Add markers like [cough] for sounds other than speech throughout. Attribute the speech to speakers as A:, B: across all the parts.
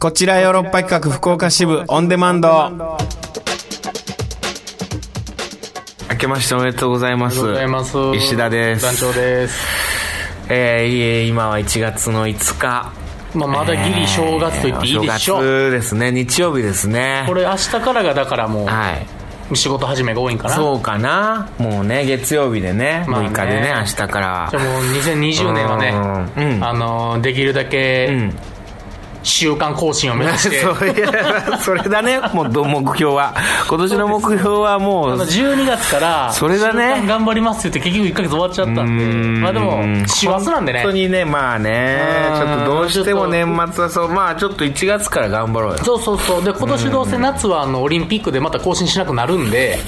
A: こちらヨーロッパ企画福岡支部オンデマンド。
B: 明けましておめでとうございます。
C: ございます。
B: 石田です。
C: 団長です。
B: えーいえ、今は1月の5日。
C: まあ、まだギリ正月と言っていいでし
B: え
C: ょ
B: ーお正
C: う。
B: 月ですね、日曜日ですね。
C: これ明日からがだからも
B: はい。
C: う、仕事始めが多いんかな。
B: そうかな。もうね、月曜日でね、
C: まあね
B: 6日でね、明日から [laughs]
C: じゃ。あもう2020年は
B: うん
C: ね、
B: うん
C: あのー、できるだ
B: う
C: け
B: ん。
C: 週間更新を目指し
B: [laughs]
C: て、
B: そういやそれだね、もうど目標は。今年の目標はも
C: あの
B: う、
C: 12月から、
B: それだね
C: 週間頑張りますって言って結局1ヶ月終わっちゃったんで、
B: ん
C: まあでも、師走なんでね
B: 本当。にね、まあね、
C: うん
B: ちょっとどうしても年末はそう、まあちょっと1月から頑張ろうよ。
C: そうそうそう。で、今年どうせ夏はあの、オリンピックでまた更新しなくなるんで、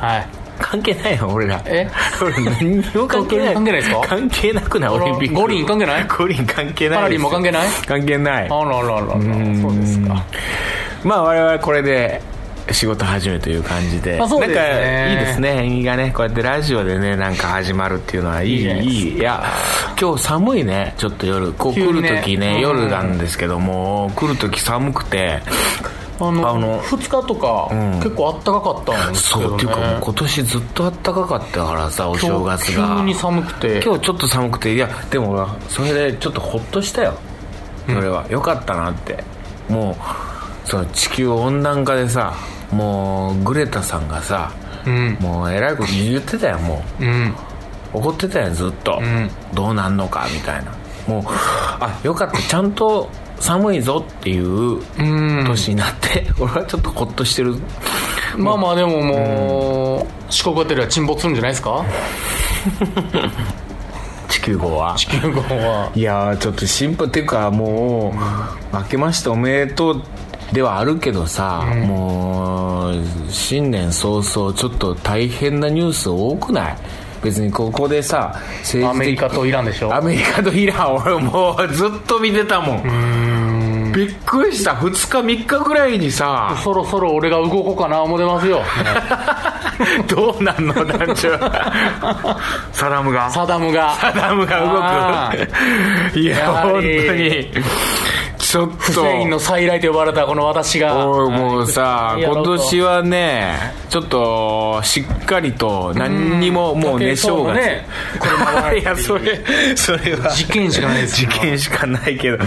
C: はい。
B: 関係ないよ、俺ら。
C: え
B: 俺何にも関係ない。
C: 関係ないですか
B: 関係なく [laughs] ない、オリンピック。
C: 五輪関係ない
B: 五輪関係ないです。
C: パラリンも関係ない
B: 関係ない。
C: あらあらあらあら、そうですか。
B: まあ我々これで仕事始めという感じで。
C: あそうですね
B: なんかいいですね、縁起がね。こうやってラジオでね、なんか始まるっていうのはいい、いい
C: じゃない
B: い。や、今日寒いね、ちょっと夜。こう来
C: 急に
B: る
C: ね
B: 時ね、
C: うん
B: 夜なんですけども、来る時寒くて、
C: あの
B: あの
C: 2日とか、
B: ん
C: 結構あったかかったんです
B: そ
C: け
B: う、
C: ど、ね、
B: っていうかもう今年ずっと暖かかったからさ、お正月が。
C: 今日急に寒くて
B: 今日ちょっと寒くていやでもなそれでちょっとほっとしたよそれは、よかったなってもうその地球温暖化でさもうグレタさんがさ
C: うん
B: もうえらいこと言ってたよも
C: うん
B: う怒ってたよずっと、
C: ん
B: どうなんのかみたいなもうあよかったちゃんと寒いぞっていう
C: うん
B: 年になって、 [laughs] 俺はちょっとほっとしてる
C: まあまあでももう、四国あたりは沈没するんじゃないですか
B: 地球号は
C: 地球号はい
B: やーちょっと心配っていうかもう、明けましておめでとうではあるけどさ、もう新年早々ちょっと大変なニュース多くない別にここでさ
C: ア
B: 政
C: メ
B: 治
C: リ
B: 的
C: カとイランでしょ
B: アメリカとイラン俺もうずっと見てたもんびっくりした2日3日ぐらいに
C: [laughs]
B: さ
C: そろそろ俺が動こうかな思ってますよ
B: どうなんの団長サダムが
C: サダムが
B: サダムが
C: あ
B: 動くいや
C: やは
B: 本
C: り
B: 当にちょっと
C: フセインの再来と呼ばれたこの私が
B: おいもうさ
C: [laughs] やろ
B: 今
C: うと
B: 年はねちょっとしっかりと何にももうね正
C: が
B: 月、
C: ねこれ回らな
B: [laughs]
C: い
B: いやそれ [laughs] それは
C: 事件しかないです
B: 事件しかないけど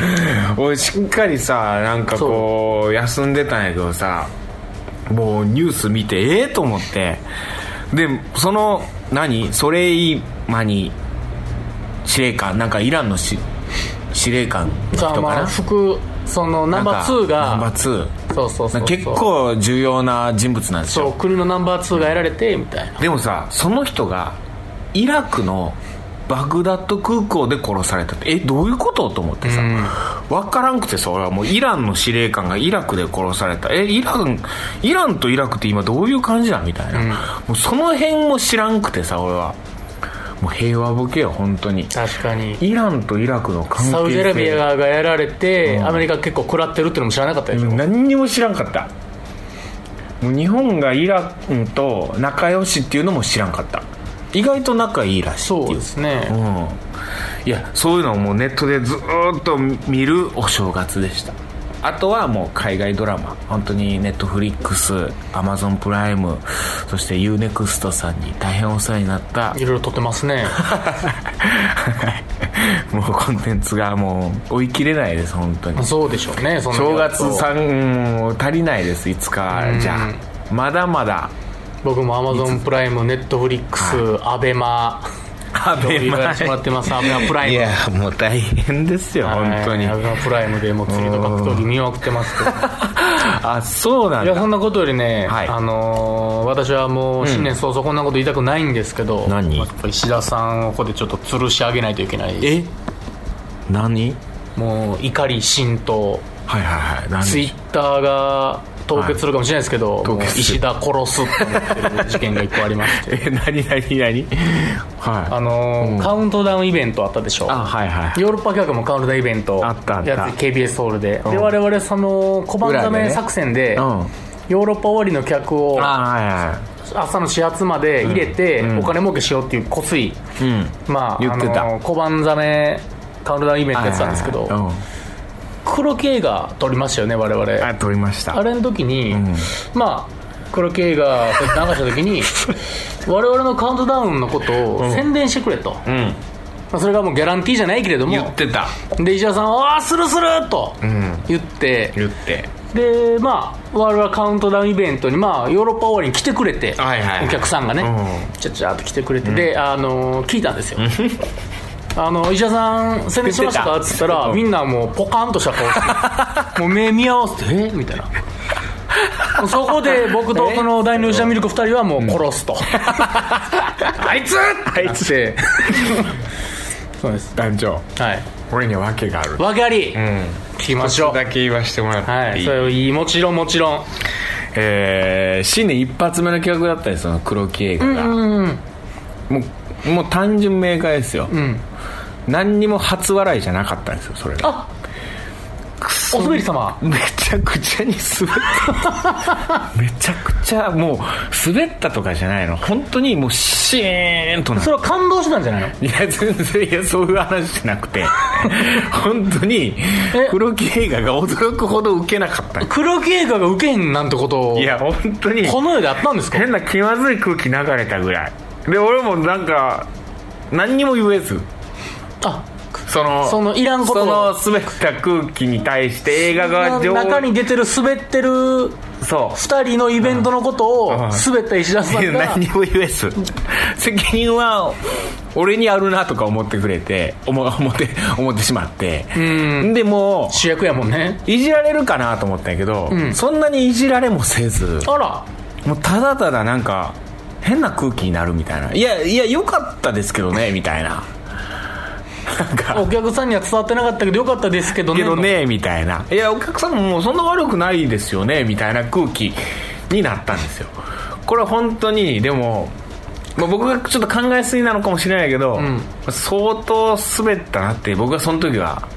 B: 俺しっかりさなんかこう休んでたんやけどさもうニュース見てええと思ってでその何それ今に司令官なんかイランのし司令官の人
C: さあ
B: か
C: まあ
B: な
C: 副そのナンバー2
B: ナンバ
C: が
B: ー
C: そうそうそうそ
B: 2
C: う
B: 結構重要な人物なんです
C: そ
B: よ
C: う国のナンバー2がやられてみたいな
B: でもさその人がイラクのバグダッド空港で殺されたってえどういうことと思ってさ、わからんくてさ俺はもうイランの司令官がイラクで殺されたえイランイランとイラクって今どういう感じなんみたいな、もうその辺も知らんくてさ俺はもう平和ボケよ本当に
C: 確かに
B: イランとイラクの関係性
C: サウジアラビアがやられて、アメリカ結構食らってるってのも知らなかったでしょ、
B: 何にも知らんかったもう日本がイランと仲良しっていうのも知らんかった意外と仲いいらしいっていう
C: そ
B: う
C: ですね、
B: うん、いやそういうのをもうネットでずーっと見るお正月でしたあとはもう海外ドラマ本当にネットフリックスアマゾンプライムそして UNEXT さんに大変お世話になった [laughs]
C: いろいろ撮ってますね
B: もうコンテンツがもう追い切れないです本当に
C: そうでしょうねその
B: 正月さんうん足りないですいつかじゃあまだまだ
C: 僕もアマゾンプライムネットフリックスアベマ
B: ア
C: いろいろやらせてもらってますアベマプライム
B: いやもう大変ですよ
C: はい
B: 本当に
C: アベマプライムでもう釣りと格闘技見送ってますけど
B: あそうなん
C: いや
B: だ
C: そんなことよりね、
B: はい
C: あのー私はもう新年早々こんなこと言いたくないんですけど、
B: 何
C: やっぱ石田さんをここでちょっと吊るし上げないといけない
B: え何
C: もう怒り浸透
B: はいはいはい何
C: ツイッターが凍結するかもしれないですけど、
B: 凍
C: もう
B: 結する
C: 石田殺すって思ってる事件が一個ありまし
B: [laughs]
C: て
B: え何何何
C: あ
B: は
C: のーカウントダウンイベントあったでしょ
B: いあはいはい
C: ヨーロッパ企画もカウントダウンイベント
B: あったあった
C: やつ KBS ホールで、
B: うん
C: で我々その小判
B: 裏
C: ざ
B: でね
C: め作戦で、
B: うん
C: ヨーロッパ終わりの客を
B: あはいは
C: 朝の始発まで入れて、お金儲けしようっていうこすい、
B: いうん
C: まあ
B: 言ってた
C: あのー小判ざめカウントダウンイベントやってたんですけど、
B: はいはいはいうん
C: 黒木映画撮りましたよね我々
B: あ撮りました
C: あれの時に、まあ黒木映画そうやって
B: [laughs]
C: 流した時に我々のカウントダウンのことを宣伝してくれと、ま
B: うん
C: あそれがもうギャランティーじゃないけれども
B: 言ってた
C: で石田さんは「ああするする!」と
B: ん
C: 言って、
B: 言って
C: でまあ我々はカウントダウンイベントに、まあ、ヨーロッパ終わりに来てくれて、
B: はいはい
C: お客さんがね、
B: う
C: ちゃちゃっと来てくれて、で、あのー聞いたんですよあの石田さん宣伝しましたか
B: 言
C: っ
B: ってた
C: つったらみんなもうポカンとした顔し
B: [laughs]
C: てもう目見合わせて「えみたいなそ
B: [laughs]
C: こで僕とこの大の吉田ミルク2人はもう殺すと、
B: あいつあいつ
C: [laughs] でそうです
B: 団長
C: はい
B: 俺には訳がある
C: 訳あり、
B: うん
C: 聞きましょう
B: だけ言わせてもらっ
C: は
B: てい
C: い
B: い、
C: それいいもちろんもちろん
B: えー新年一発目の企画だったんですよ黒木映画が、もうもう単純明快ですよ、何にも初笑いじゃなかったんですよそれが
C: あおすべり様
B: めちゃくちゃに滑っためちゃくちゃもう滑ったとかじゃないの本当にもうシーンとな
C: それは感動してたんじゃないの
B: いや全然いやそういう話じゃなくて本当に黒木映画が驚くほどウケなかった
C: 黒木映画が受けへんなんてことを
B: いや本当に
C: [laughs] この世であったんですか
B: 変な気まずい空気流れたぐらいで俺もなんか何にも言えず
C: あ
B: その
C: そのいらんこ
B: そ
C: と
B: の滑った空気に対して映画が上
C: 中に出てる滑ってる
B: そう
C: 2人のイベントのことを
B: ん
C: 滑った石田さんが
B: [laughs] 何にも言えず責任は俺にあるなとか思ってくれて思思って [laughs] 思ってしまってでも
C: 主役やもんね
B: いじられるかなと思ったんやけど、そんなにいじられもせず
C: あら
B: もうただただなんか変な空気になるみたいないやいや良かったですけどねみたいななんか
C: お客さんには伝わってなかったけどよかったですけどね
B: けどねみたいないやお客さんももうそんな悪くないですよねみたいな空気になったんですよこれは本当にでも、まあ、僕がちょっと考えすぎなのかもしれないけど、相当滑ったなって僕はその時は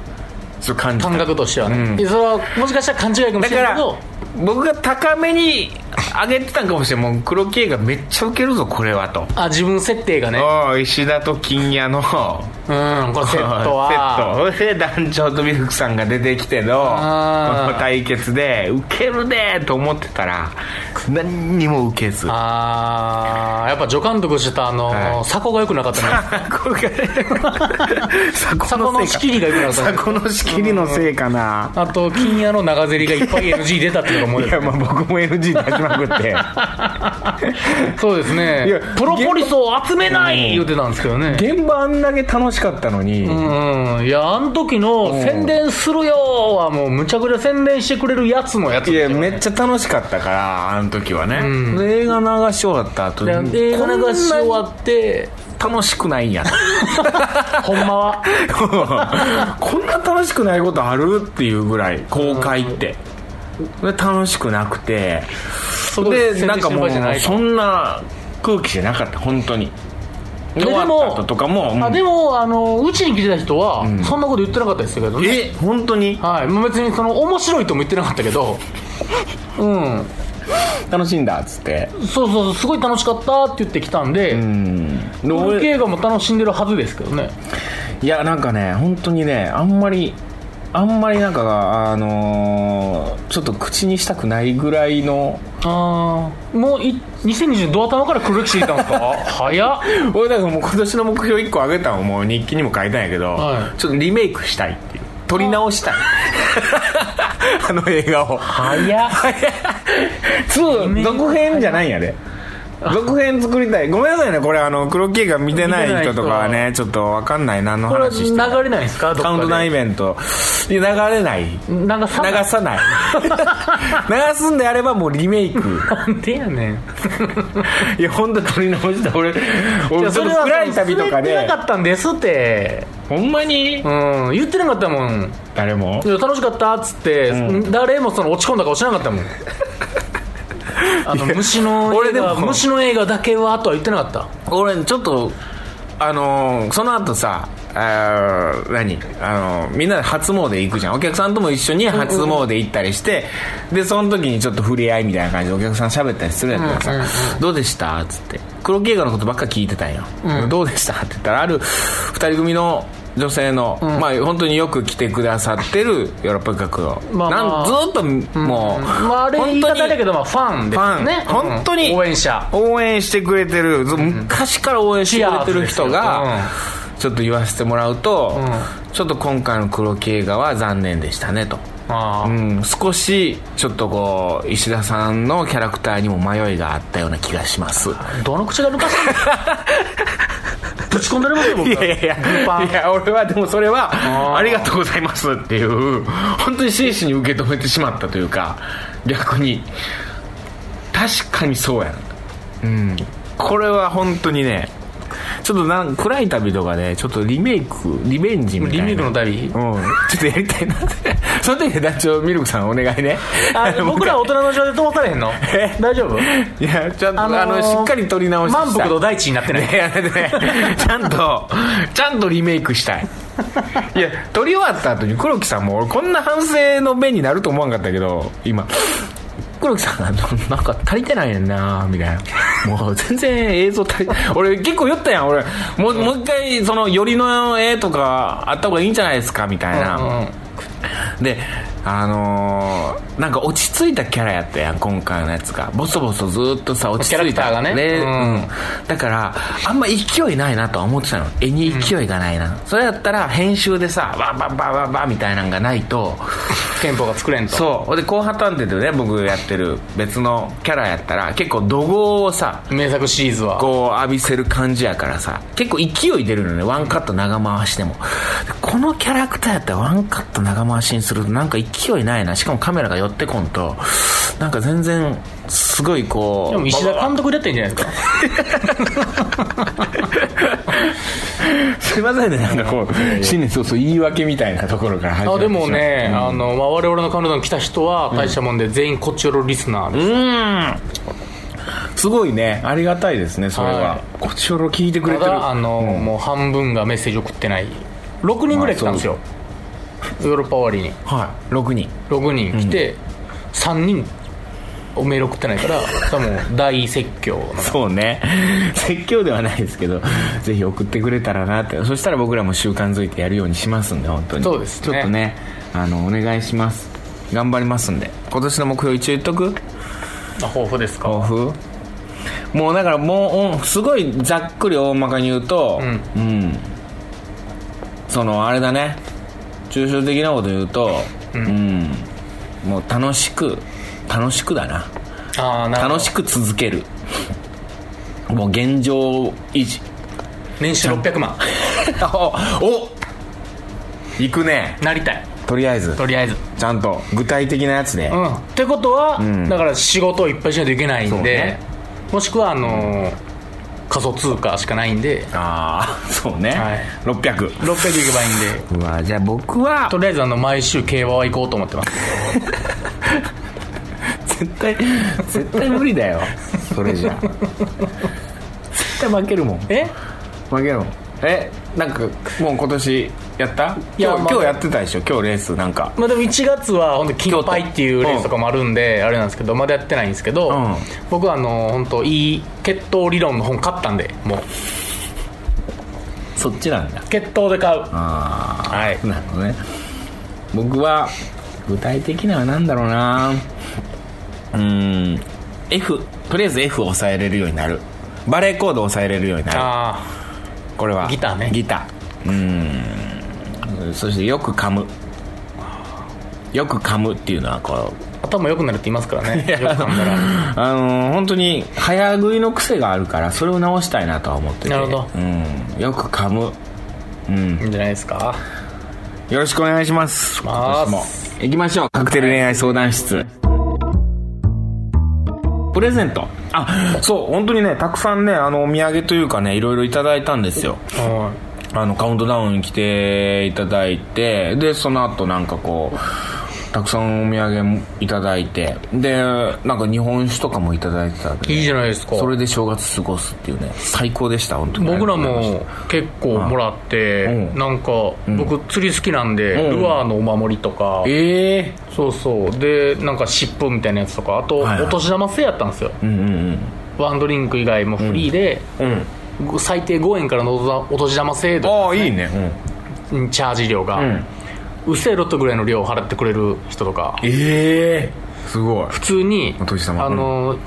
B: ちょっと感じた
C: 感覚としてはね、いやそれはもしかしたら勘違いかも
B: だ
C: し
B: か
C: れない
B: ら
C: けど
B: 僕が高めに上げてたんかもしれんもう黒木映画めっちゃウケるぞこれはと
C: あ自分設定がね
B: おう石田と金谷の
C: うんこれセットは
B: [laughs] セットそれで団長とミルクさんが出てきての
C: あー
B: この対決でウケるねと思ってたら何にもウケずこ
C: あーやっぱ助監督してたあの、
B: はい
C: 鎖骨が良くなかっ
B: [laughs]
C: たね
B: れ [laughs]
C: 鎖
B: 鎖
C: 骨の仕切りが良くなかったね
B: 鎖骨の仕切りのせいかな
C: あと金谷の長ゼリがいっぱい NG 出たっていうのが思う
B: いやまあ僕も NG 出しまくって
C: そうですね
B: いや
C: プロポリスを集めない言ってたんですけどね
B: 現場あんだけ楽しかったのに、
C: うんいやあの時の「宣伝するよ」はもうむちゃくちゃ宣伝してくれるやつのやつ
B: い
C: で
B: や
C: すよ
B: めっちゃ楽しかったからあの時はね、で映画流し終わった後
C: いや映画流し終わ
B: っ
C: って
B: 楽しくないんや
C: ほんまは
B: [laughs] こんな楽しくないことあるっていうぐらい公開って、で楽しくなくて
C: そこで
B: でなんかもうそんな空気じゃなかった本当にで
C: で
B: 終わった後
C: も
B: とかもうん
C: あでもあのうちに来てた人はそんなこと言ってなかったですけどね
B: え本当に
C: はいまあ別にその面白いとも言ってなかったけどうん
B: 楽しいんだっつって
C: そうそうそうすごい楽しかったって言ってきたんで
B: うんで
C: ロ
B: 俺
C: ール映画も楽しんでるはずですけどね
B: いやなんかね本当にねあんまりあんまりなんかあのーちょっと口にしたくないぐらいの
C: ああもうい2020ドア頭から黒木知りたんですか [laughs] 早っ
B: [laughs] 俺だからもう今年の目標1個あげたのもう日記にも書いたんやけど、
C: はい
B: ちょっとリメイクしたいっていう撮り直
C: [laughs]
B: したいあの映画を
C: 早っ
B: そう続編じゃないんやで続編作りたいごめんなさいねこれあの黒木映画見てない人とかはねちょっと分かんない何の
C: これ
B: 話して
C: 流
B: る
C: れないですかどっ
B: カウントダウンイ
C: か
B: ベントいや流れない
C: で流さない
B: 流さ
C: [laughs]
B: ない流すんであればもうリメイク
C: なんでやねん
B: いや本当撮り直した俺
C: い
B: 俺
C: や
B: ちょっと
C: それは
B: 暗い旅とか
C: 滑って
B: で
C: なかったんですって
B: ほんまに
C: うん言ってなかったもん
B: 誰も
C: いや楽しかったっつって、誰もその落ち込んだ顔しなかったもんあの虫の
B: 俺
C: 映
B: でも
C: 画虫の映画だけはとは言ってなかった
B: 俺ちょっとあのーその後さあー何あのーみんなで初詣行くじゃんお客さんとも一緒に初詣行ったりして、でその時にちょっと触れ合いみたいな感じでお客さん喋ったりするやつがさ、どうでした?」っつって黒木映画のことばっか聞いてたんよ、どうでした?」って言ったらある2人組の女性の、まあ本当によく来てくださってるヨーロッパ学の、
C: まあまあ
B: なんずっともう、
C: まあ、あれ言い方だけど、まあ、ファンで
B: ファ
C: す
B: ン、
C: ね
B: 本当に
C: うん応援者
B: 応援してくれてるず昔から応援してくれてる人
C: チアーズ
B: が、ちょっと言わせてもらうと、ちょっと今回の黒木映画は残念でしたねと、
C: あ
B: う
C: ー
B: ん、少しちょっとこう石田さんのキャラクターにも迷いがあったような気がします
C: どの口が抜か [laughs] したのぶち込んでるますよ僕
B: いやいやい
C: グーパ
B: や
C: ン
B: いや俺はでもそれはありがとうございますっていう本当に真摯に受け止めてしまったというか逆に確かにそうやなうんこれは本当にねちょっとなん暗い旅とかねちょっとリメイクリベンジみたい
C: リ
B: な
C: メイクの旅
B: うん、ちょっとやりたいな [laughs] ってその時でダチョウミルクさんお願いね
C: あ僕ら大人の情で通されへんの大丈
B: [laughs]
C: 夫
B: いやちゃんと、
C: あのー
B: あのしっかり撮り直して
C: 満腹の大地になってない
B: いやだってねちゃんとちゃんとリメイクしたいいや撮り終わった後に黒木さんも俺こんな反省の弁になると思わんかったけど今黒木さんあのなんか足りてないねんなみたいなもう全然映像足り俺結構言ったやん俺もうもう一回そのよりの絵とかあった方がいいんじゃないですかみたいな、であのーなんか落ち着いたキャラやったやん今回のやつがボソボソずーっとさ落ち着いた
C: キャラクターがね
B: で
C: うん
B: うんだからあんま勢いないなとは思ってたの絵に勢いがないな、それやったら編集でさバンバンバンバンバンみたいなのがないと
C: 憲法が作れんと
B: そうほんで後半探偵でね僕やってる別のキャラやったら結構怒号をさ
C: 名作シリーズは
B: こう浴びせる感じやからさ結構勢い出るのねワンカット長回しでもこのキャラクターやったらワンカット長回しにするとなんか勢いないなしかもカメラが寄ってこんとなんか全然すごいこう
C: でも石田監督出てんじゃないですか
B: すいませんねなんかこう新年そうそう言い訳みたいなところから始ま
C: あ
B: って
C: で
B: しまう
C: もね、あのまあ、我々の彼女に来た人は大したもんで、全員こっちよろリスナーです、
B: うんすごいねありがたいですねそれは、
C: はい
B: こちおろ聞いてくれ
C: た
B: てる
C: だあの、もう半分がメッセージ送ってない6人ぐらい来たんですよ、ヨーロッパ終わりに
B: はい6人
C: 6人来て、3人おメール送ってないから多分大説教
B: [laughs]
C: な
B: そうね説教ではないですけどぜひ送ってくれたらなってそしたら僕らも習慣づいてやるようにしますんで本当に
C: そうですね
B: ちょっとねあのお願いします頑張りますんで今年の目標一応言っとく
C: 抱負です [laughs] か
B: 抱負もうだからもううんすごいざっくり大まかに言うとうん、そのあれだね抽象的なこと言うとうん、もう楽しく楽しくだな
C: ああなるほ
B: 楽
C: ど
B: しく続けるもう現状維持
C: 年収600万
B: [laughs] おお行くね
C: なりたい
B: とりあえず
C: とりあえず
B: ちゃんと具体的なやつで、
C: うん、ってことは、だから仕事をいっぱいしないといけないんで、
B: そうね
C: もしくはあのー仮想通貨しかないんで
B: ああそうね、
C: はい
B: 600
C: 600いけばいいん
B: う
C: で
B: わじゃあ僕は
C: とりあえずあの毎週競馬は行こうと思ってます
B: 絶対絶対無理だよそれじゃ絶対負けるもん
C: え
B: 負けるもんえなんかもう今年やった
C: いや
B: 今日,、
C: まあ
B: 今日やってたでしょ今日レースなんか
C: まあでも1月は本当金杯っていうレースとかもあるんであれなんですけどまだやってないんですけど、
B: うん
C: 僕はあのー本当いい血統理論の本買ったんでもう
B: そっちなんだ
C: 血統で買う
B: ああ
C: はい
B: なるほどね僕は具体的なのは何だろうなうーん F とりあえず F を抑えれるようになるバレーコードを抑えれるようになる
C: あ
B: これは
C: ギターね
B: ギターうーんそしてよく噛むよく噛むっていうのはこう
C: あ頭良くなるって言いますからねよく考えたら
B: あのー本当に早食いの癖があるからそれを直したいなとは思ってて
C: なるほど
B: うん、よく噛む
C: いいんじゃないですか
B: よろしくお願いします
C: ま
B: 今
C: す
B: 年も行きましょうカクテル恋愛相談室プレゼントあそう本当にねたくさんねあのお土産というかねいろいろいただいたんですよ
C: は
B: あのカウントダウンに来ていただいてでその後なんかこうたくさんお土産もいただいてでなんか日本酒とかもいただいてたんで
C: いいいじゃないですか
B: それで正月過ごすっていうね最高でした本当に
C: 僕ら
B: ありがとうございま
C: も結構もらって、
B: うん
C: なんか、僕釣り好きなんで、
B: うん
C: ルアーのお守りとか、
B: したええ
C: そうそうでなんか尻尾みたいなやつとかあと、
B: はいはい
C: お年玉制やったんですよ
B: うんうん
C: ワンドリンク以外もフリーで、
B: うんうん
C: 最低5円からのお年玉制度
B: ああいいね、
C: うんチャージ料が、
B: ん
C: うっせえロットぐらいの量を払ってくれる人とか
B: ええすごい
C: 普通に
B: お年玉
C: あの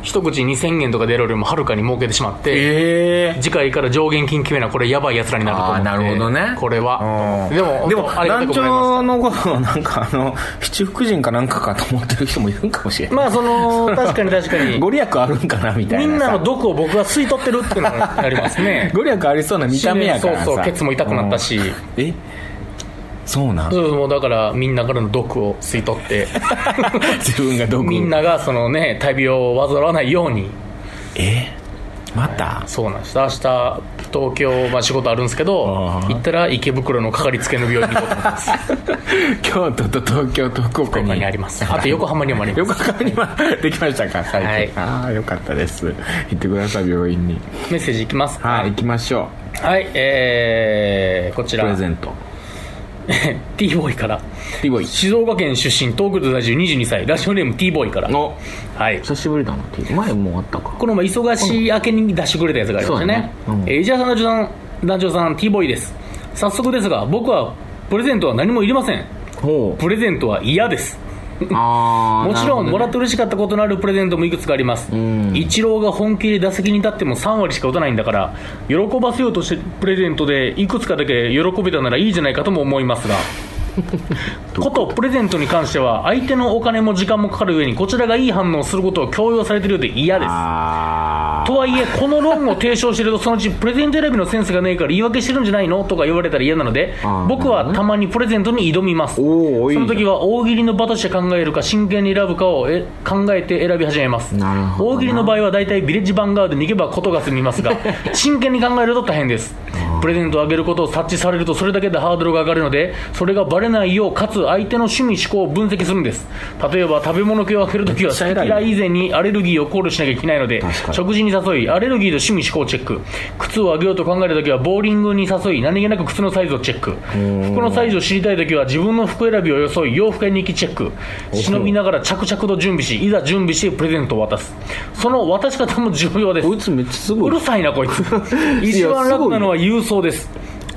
C: 一口2000円とか出るよりもはるかに儲けてしまって、
B: ええ
C: 次回から上限金決めなこれやばいやつらになると思
B: あ
C: って
B: ーなるほどね
C: これはと思ってでも
B: で
C: 本
B: も
C: 当ありがた
B: 団
C: く思いま
B: 長のことをなんかあの七福神かなんかかと思ってる人もいるんかもしれ
C: す
B: ない、
C: まあその確かに確か
B: [laughs]
C: に
B: ご利益あるんかなみたい
C: み
B: なん
C: なの
B: ど
C: 毒を僕が吸い取ってるっていうのがありま
B: [laughs]
C: すね
B: ご利益ありそうな見た目やからさ
C: そうそうケツも痛くなったし、
B: うんえそうなん
C: そうもうだからみんなからの毒を吸い取って
B: [laughs] 自分がどこ
C: みんながそのね大病を患わないように
B: えまた
C: そうなんです明日東京、まあ、仕事あるんですけど
B: あー
C: 行ったら池袋のかかりつけの病院に行こうと思ってます
B: 京都と東京と福岡
C: 他
B: に
C: にありますあと横浜にもあります
B: よくわかりまできましたか最近、
C: は
B: ああよかったです行ってください病院に
C: メッセージいきます
B: はい、
C: はい、
B: 行きましょ
C: えー、こち
B: うプ
C: ら
B: レゼント
C: T ボーイから
B: ティボイ
C: 静岡県出身東京都在住22歳ラジオネーム T ボーイから
B: お
C: はい
B: 久しぶりだなティボイ前もうあったか
C: この前忙しい明けに出してくれたやつがありましたね
B: そうだねうん
C: えー石田さん団長さん団長さん T ボーイです早速ですが僕はプレゼントは何もいりません
B: ほう
C: プレゼントは嫌です
B: [laughs] あ
C: もちろん、もらってて嬉しかったことのあるプレゼントもいくつかあります、
B: ん
C: イチローが本気で打席に立っても3割しか打たないんだから喜ばせようとしてプレゼントでいくつかだけ喜べたならいいじゃないかとも思いますがことプレゼントに関しては相手のお金も時間もかかる上にこちらがいい反応をすることを強要されているようで嫌です
B: あ
C: とはいえこの論を提唱してるとそのうちプレゼント選びのセンスがないから言い訳してるんじゃないのとか言われたら嫌なので
B: あー
C: 僕はたまにプレゼントに挑みます
B: おーいい
C: そ
B: ね
C: の時は大喜利の場として考えるか真剣に選ぶかをえ考えて選び始めます
B: なるほどな
C: 大喜利の場合は大体ビレッジヴァンガードに行けばことが済み
B: [laughs]
C: ますが真剣に考えると大変ですプレゼントをあげることを察知されるとそれだけでハードルが上がるのでそれがバレないようかつ相手の趣味嗜好を分析するんです例えば食べ物系を開けるときは
B: めっちゃ
C: 好
B: 偉
C: き
B: いね
C: 嫌い以前にアレルギーを考慮しなきゃいけないので
B: 確かに
C: 食事に誘いアレルギーと趣味嗜好をチェック靴をあげようと考えるときはボーリングに誘い何気なく靴のサイズをチェック服のサイズを知りたいときは自分の服選びを装い洋服屋に行きチェック忍びながら着々と準備しいざ準備してプレゼントを渡すその渡し方も重要です
B: こいつめっちゃすご
C: うる
B: い
C: さいなこ
B: [laughs]
C: いつ一番楽なのは郵送です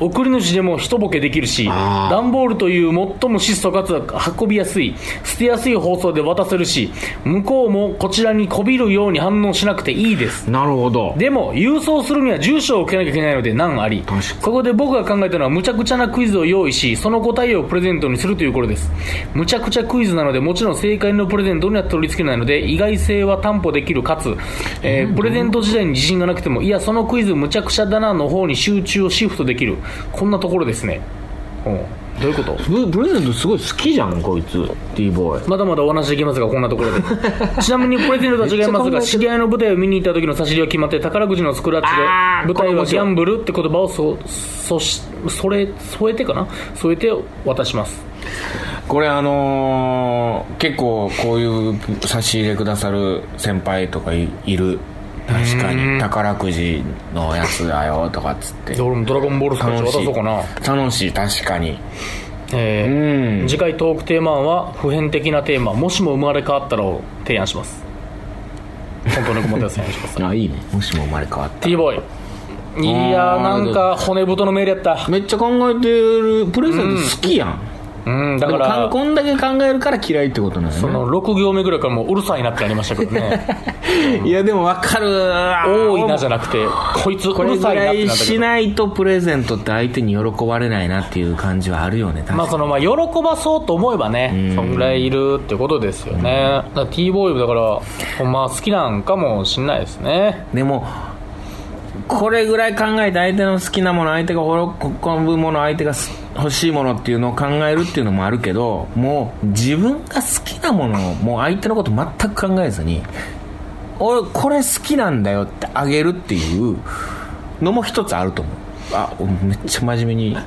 C: 送り主でも一ボケできるし
B: あー
C: 段ボールという最も質素かつ運びやすい捨てやすい包装で渡せるし向こうもこちらにこびるように反応しなくていいです
B: なるほど
C: でも郵送するには住所を受けなきゃいけないので難あり
B: 確かに
C: そこで僕が考えたのはむちゃくちゃなクイズを用意しその答えをプレゼントにするということですむちゃくちゃクイズなのでもちろん正解のプレゼントには取り付けないので意外性は担保できるかつ、えープレゼント自体に自信がなくてもいやそのクイズむちゃくちゃだなの方に集中をシフトできるこんなところですねうんどういうこと
B: ププレゼントすごい好きじゃんこいつ T ボーイ
C: まだまだお話できますが、こんなところで。ちなみにプレゼントとは違いますが、知り合いの舞台を見に行った時の差し入れは決まって、宝くじのスクラッチで、舞台はギャンブルって言葉をそ、そし、それ、添えてかな添えて渡します。
B: これあのー結構こういう差し入れくださる先輩とかいいる確かに宝くじのやつだよとかっつって
C: で俺もドラゴンボールスクラッチ
B: 楽
C: 渡
B: し
C: そうかな。
B: い楽しい確かにう
C: えー
B: ん
C: 次回トークテーマ案は、普遍的なテーマ、もしも生まれ変わったらを提案します。本当にごめんなさい。お願いします。
B: あいいねもしも生まれ変わっ
C: T ボーイ。いやー、なんか骨太のメールやった。
B: めっちゃ考えてるプレゼント好きやん、
C: うん、だ
B: だ
C: か
B: から
C: ら。
B: こんだけ考えるから嫌いってことなん
C: そ
B: よ
C: の6行目ぐらいからもううるさいなってなりましたけ
B: [laughs]
C: どね
B: ねいやでもわかる
C: 多いなじ
B: じゃ
C: ゃなくてこいつう
B: これ
C: る
B: ぐ
C: さいなっ
B: ら
C: て
B: い
C: なったけ
B: し
C: ど
B: ないとプレゼントって相手に喜ばれないなっていう感じはあるよね確
C: ま
B: か
C: あ
B: に
C: そのまあ喜ばそうと思えばねそんぐらいいるってことですよねだから T ボーイだからほんま好きなんかもしんないですね
B: でもこれぐらい考えて相手の好きなもの相手が喜ぶもの相手がす欲しいものっていうのを考えるっていうのもあるけどもう自分が好きなものをもう相手のこと全く考えずに俺これ好きなんだよってあげるっていうのも一つあると思うあめっちゃ真面目に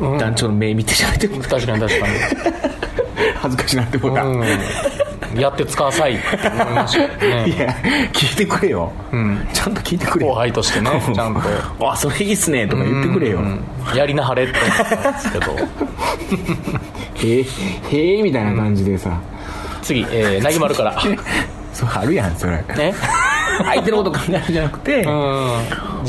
C: うん
B: 団長の目見て喋ってる
C: 確かに確か
B: 恥ずかしなってもうた、
C: に
B: [laughs]
C: うんやって使わさいって思いましたけど
B: い
C: ね
B: や聞いてくれよ、
C: ん
B: ちゃんと聞いてくれ
C: 後
B: よ
C: 輩としてねちゃんと
B: あそれいいっすねとか言ってくれよ、
C: うんやりなはれって思ったんです
B: [laughs]
C: けど
B: へえへえみたいな感じでさ、 [laughs]
C: 次えーなぎまるから
B: それあるやんそれ
C: ね
B: 相手のこと考えるんじゃなくて、
C: うん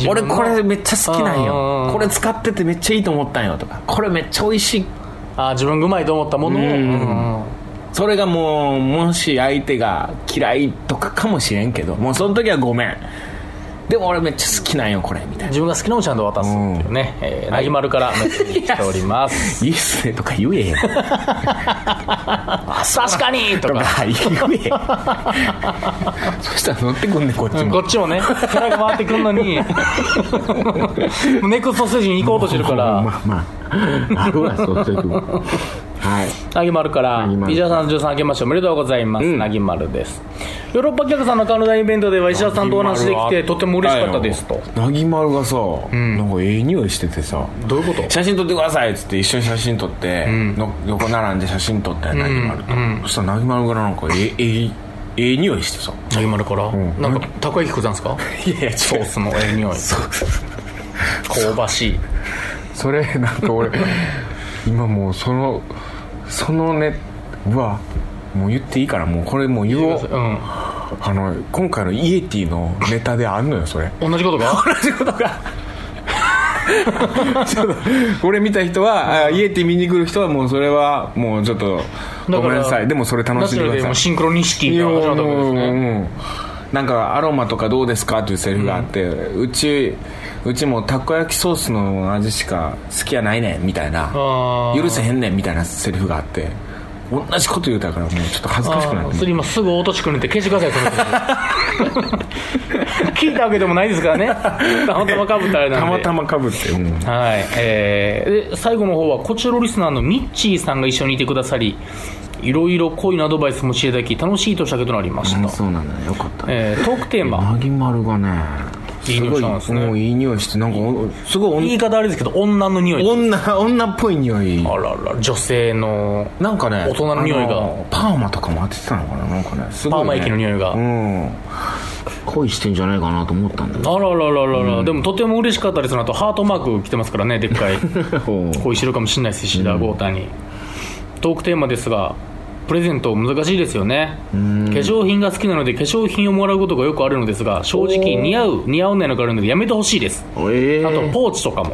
B: 俺これめっちゃ好きなん
C: うんうんう
B: よ
C: ん
B: これ使っててめっちゃいいと思ったんよとかこれめっちゃ美味しい
C: あー自分がうまいと思ったものを
B: うん
C: うん
B: それがもうもし相手が嫌いとかかもしれんけどもうその時はごめんでも俺めっちゃ好きなんよこれみたいな
C: 自分が好きなのをちゃんと渡すっていうね、えーなぎまるからメッセージしておりま
B: [laughs] 「
C: す
B: いいっすね」とか言 [laughs] えよ
C: 確かにと
B: と
C: か
B: か言えそしたら乗ってくんねこっち
C: うん
B: も
C: こっちもね腹が回ってくるのにもうネクストステージに行こうとしてるか
B: まあ
C: ら
B: まああるわそうそういうのはい
C: なぎまるから
B: ぎまる
C: 石田さんとさんあけましておめでとうございます、
B: うん
C: なぎまるですヨーロッパ客さんのカナダイベントでは石田さんとお話できてとても嬉しかったですと
B: なぎまるがさ、なんかええ匂いしててさ
C: どういうこと
B: 写真撮ってくださいっつって一緒に写真撮って、の横並んで写真撮ったよなぎまると、そしたらなぎまるがなんかええええええ匂いしてさ
C: なぎまるから、なんかたこ焼き食ったんですか
B: いやいや違
C: ソースのええ匂い香ばしい
B: それなんか俺 [laughs] 今もうそのそのねうわもう言っていいからもうこれもう言おう
C: うん
B: あの今回のイエティのネタであんのよそれ
C: 同じことが
B: [laughs] 同じことがちょっ [laughs] と俺見た人は、あイエティ見に来る人はもうそれはもうちょっとごめんなさいでもそれ楽しんで
C: ナチュラル
B: く
C: でも
B: だ
C: う
B: さ
C: シンクロニシテ
B: い
C: ィが始まったわけです
B: うん
C: ね
B: うんうんなんかアロマとかどうですかっていうセリフがあって、うちうちもたこ焼きソースの味しか好きやないねんみたいな
C: あー
B: 許せへんねんみたいなセリフがあって同じこと言うたからもうちょっと恥ずかしくな
C: あ
B: っ
C: ーそ
B: て
C: れ今すぐ落としくねって消してくださいその聞いたわけでもないですか
B: [laughs]
C: らねたまたまかぶったあれなんで
B: たまたまかぶって、うん
C: はいえーで最後の方はこちらのリスナーのミッチーさんが一緒にいてくださりいろいろ恋のアドバイスもしていただき楽しい年明けとなりました、
B: うなんだよかった
C: えートークテーマ
B: なぎまるがね
C: いい匂いしたんですね
B: ごいもういい匂いしてなんかおすご
C: 言
B: い
C: い方あれですけど女の匂
B: お
C: い
B: 女女っぽい匂い
C: あらら女性の
B: なんかね
C: 大人の匂いが
B: あのパーマとかも当ててたのかななんかねすごい、ね、
C: パーマ液の匂いが
B: うん恋してんじゃないかなと思ったんだけど
C: あららららら、でもとても嬉しかったですなとハートマーク来てますからねでっかい恋してるかもしれないです石田豪太に、トークテーマですがプレゼント難しいですよね化粧品が好きなので化粧品をもらうことがよくあるのですが正直似合う似合わないのがあるのでやめてほしいです
B: ええ
C: あとポーチとかも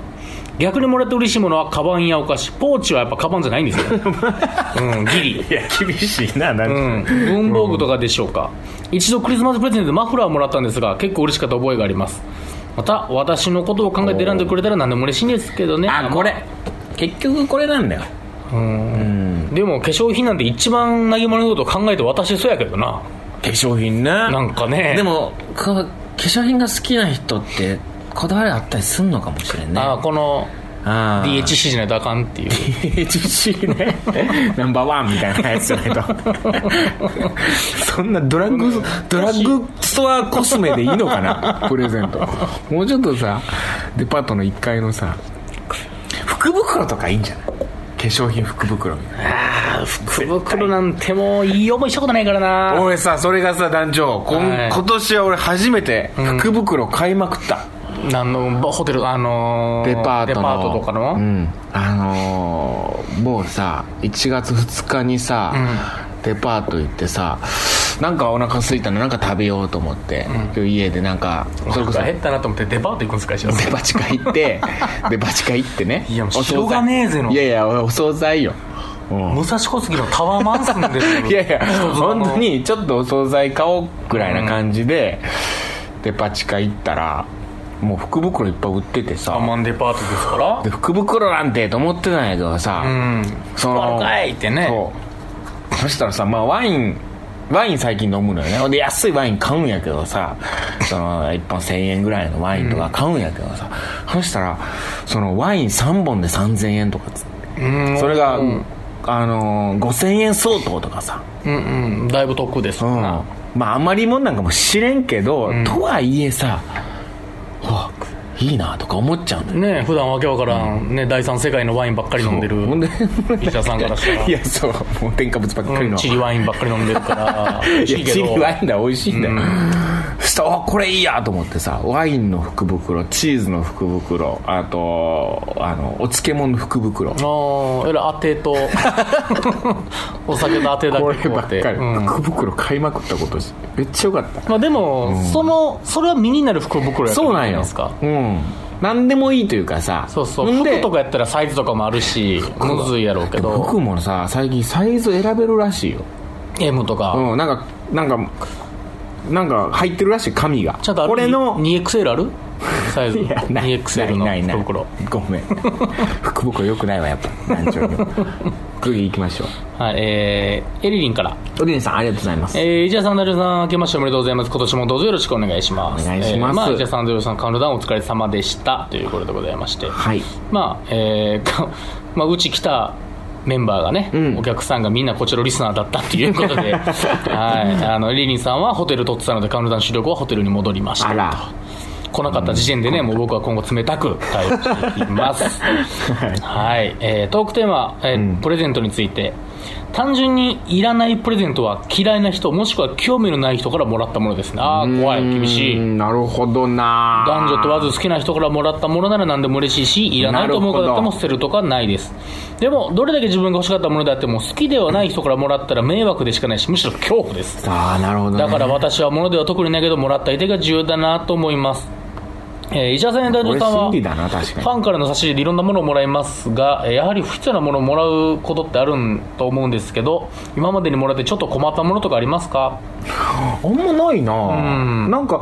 C: 逆にもらって嬉しいものはカバンやお菓子ポーチはやっぱカバンじゃないんですよ、うん、ギリ
B: いや厳しいななんか、
C: うん、文房具とかでしょうか、一度クリスマスプレゼントでマフラーをもらったんですが結構嬉しかった覚えがありますまた私のことを考えて選んでくれたら何でも嬉しいんですけどね
B: あこれ結局これなんだよ
C: うんでも化粧品なんて一番投げ物のことを考えて渡してそうやけどな
B: 化粧品ね
C: なんかね
B: でもか化粧品が好きな人ってこだわりあったりすんのかもしれんね
C: あこの
B: あー
C: DHC じゃないとあかんっていう
B: HC ねナンバーワンみたいなやつじゃないとそんなドラッグドラッグストアコスメでいいのかなプレゼントもうちょっとさデパートの1階のさ福袋とかいいんじゃない化粧品福袋みたいな
C: 福袋なんてもういい思いしたことないからな
B: 俺さそれがさ団長こん
C: はい
B: 今年は俺初めて福袋買いまくった、
C: 何のホテルあの
B: デパートの
C: デパートとかの、
B: うん、あのーもうさ1月2日にさ、デパート行ってさなんかお腹空いたのなんか食べようと思って、家でなんかそれこそ
C: 減
B: デ
C: ったなと思ってデパート行くんですか石田さん
B: パ地下行って
C: [laughs]
B: デパ地下行ってね
C: いやもう
B: お惣菜
C: しょうがねえぜの
B: いやいやお惣菜ようん
C: 武蔵小杉のタワーマンションですよ
B: [laughs] いやいや
C: [laughs]
B: 本当にちょっとお惣菜買おうぐらいな感じで、デパ地下行ったらもう福袋いっぱい売ってて
C: ア
B: さ
C: マンデパートですから
B: で福袋なんてと思ってたんやけどさ、
C: うん
B: そ
C: 福
B: の
C: 袋かいってね
B: そうそしたらさ、まあ、ワインワイン最近飲むのよねほんで安いワイン買うんやけどさその1本1000円ぐらいのワインとか買うんやけどさ、そしたらそのワイン3本で3000円とかつ
C: うん
B: それが、あのー5000円相当とかさ、
C: うんうんだいぶ得です
B: うん
C: な
B: まああまりもんなんかも知れんけど、とはいえさうわいいなとか思っちゃうんだよ
C: ねえ普段わけわからんね第三世界のワインばっかり飲んでる
B: ほん
C: [laughs]
B: で
C: 石田さんからしたら
B: いやそうもう添加物ばっかりの、
C: うんチリワインばっかり飲んでるから
B: いやチリワインだ美味しいんだよ、そしたおこれいいやと思ってさワインの福袋チーズの福袋あとあのお漬物の福袋
C: ああえら当
B: [laughs]
C: てとお酒の当てだ
B: これ
C: け
B: ば
C: 買
B: っ
C: っ
B: か
C: て
B: り、
C: うん
B: 福袋買いまくったことしめっちゃよかった
C: まあでも、そのそれは身になる福袋やった
B: そ
C: ら
B: うないん
C: いじゃ
B: よ
C: ですか
B: うん何でもいいというかさ
C: そうそうん服
B: で
C: とかやったらサイズとかもあるしむずいやろうけ
B: 服
C: ど
B: もさ最近サイズ選べるらしいよ
C: M とか、
B: うんなんかなんかなんか入ってるらしい紙が
C: ちゃんとある
B: これの
C: 2XL あるサイズ
B: いやない
C: 2XL
B: ないない
C: の
B: ない
C: 福袋
B: ごめん [laughs] 福袋よくないわやっぱ団長に次行きましょう
C: はいえー、エリリンから
B: おげんさんありがとうございます
C: えー、イジャさん、ダルさん、明けましておめでとうございます。今年もどうぞよろしくお願いします。
B: お願いします
C: えーまあ、イジャさん、ダルさん、カウントダウンお疲れ様でした。ということでございまして。
B: はい
C: まあ、えー [laughs] かまあ、うち来たメンバーがね、
B: ん
C: お客さんがみんなこちらのリスナーだったっていうこと
B: [laughs]
C: で、はい。あの、リリンさんはホテル取ってたので、カウントダウン主力はホテルに戻りました。
B: あら
C: 来なかった時点でね、もう僕は今後冷たく対応していきますはい、えートークテーマ、えープレゼントについて単純にいらないプレゼントは嫌いな人もしくは興味のない人からもらったものですねああ怖い厳
B: う
C: しい
B: んなるほどな
C: 男女問わず好きな人からもらったものなら何でも嬉しいしいらないと思う方だっても捨てるとかないですでもどれだけ自分が欲しかったものであっても好きではない人からもらったら迷惑でしかないしむしろ恐怖です
B: ああなるほど、ね、
C: だから私は物では特にないけどもらった相手が重要だなと思います、えー、石田さんや大丈
B: 俺
C: さんは
B: 心理
C: フ
B: だな確かに
C: ァンからの差し入れでいろんなものをもらいますがえーやはり不必要なものをもらうことってあるんと思うんですけど今までにもらってちょっと困ったものとかありますか
B: あんまないな、
C: うん
B: なんか